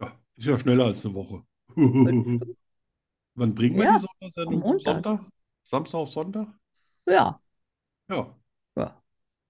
Ja, ist ja schneller als eine Woche. Wann bringen wir Ja, die Sondersendung? am Montag. Sonntag? Samstag auf Sonntag? Ja, Ja,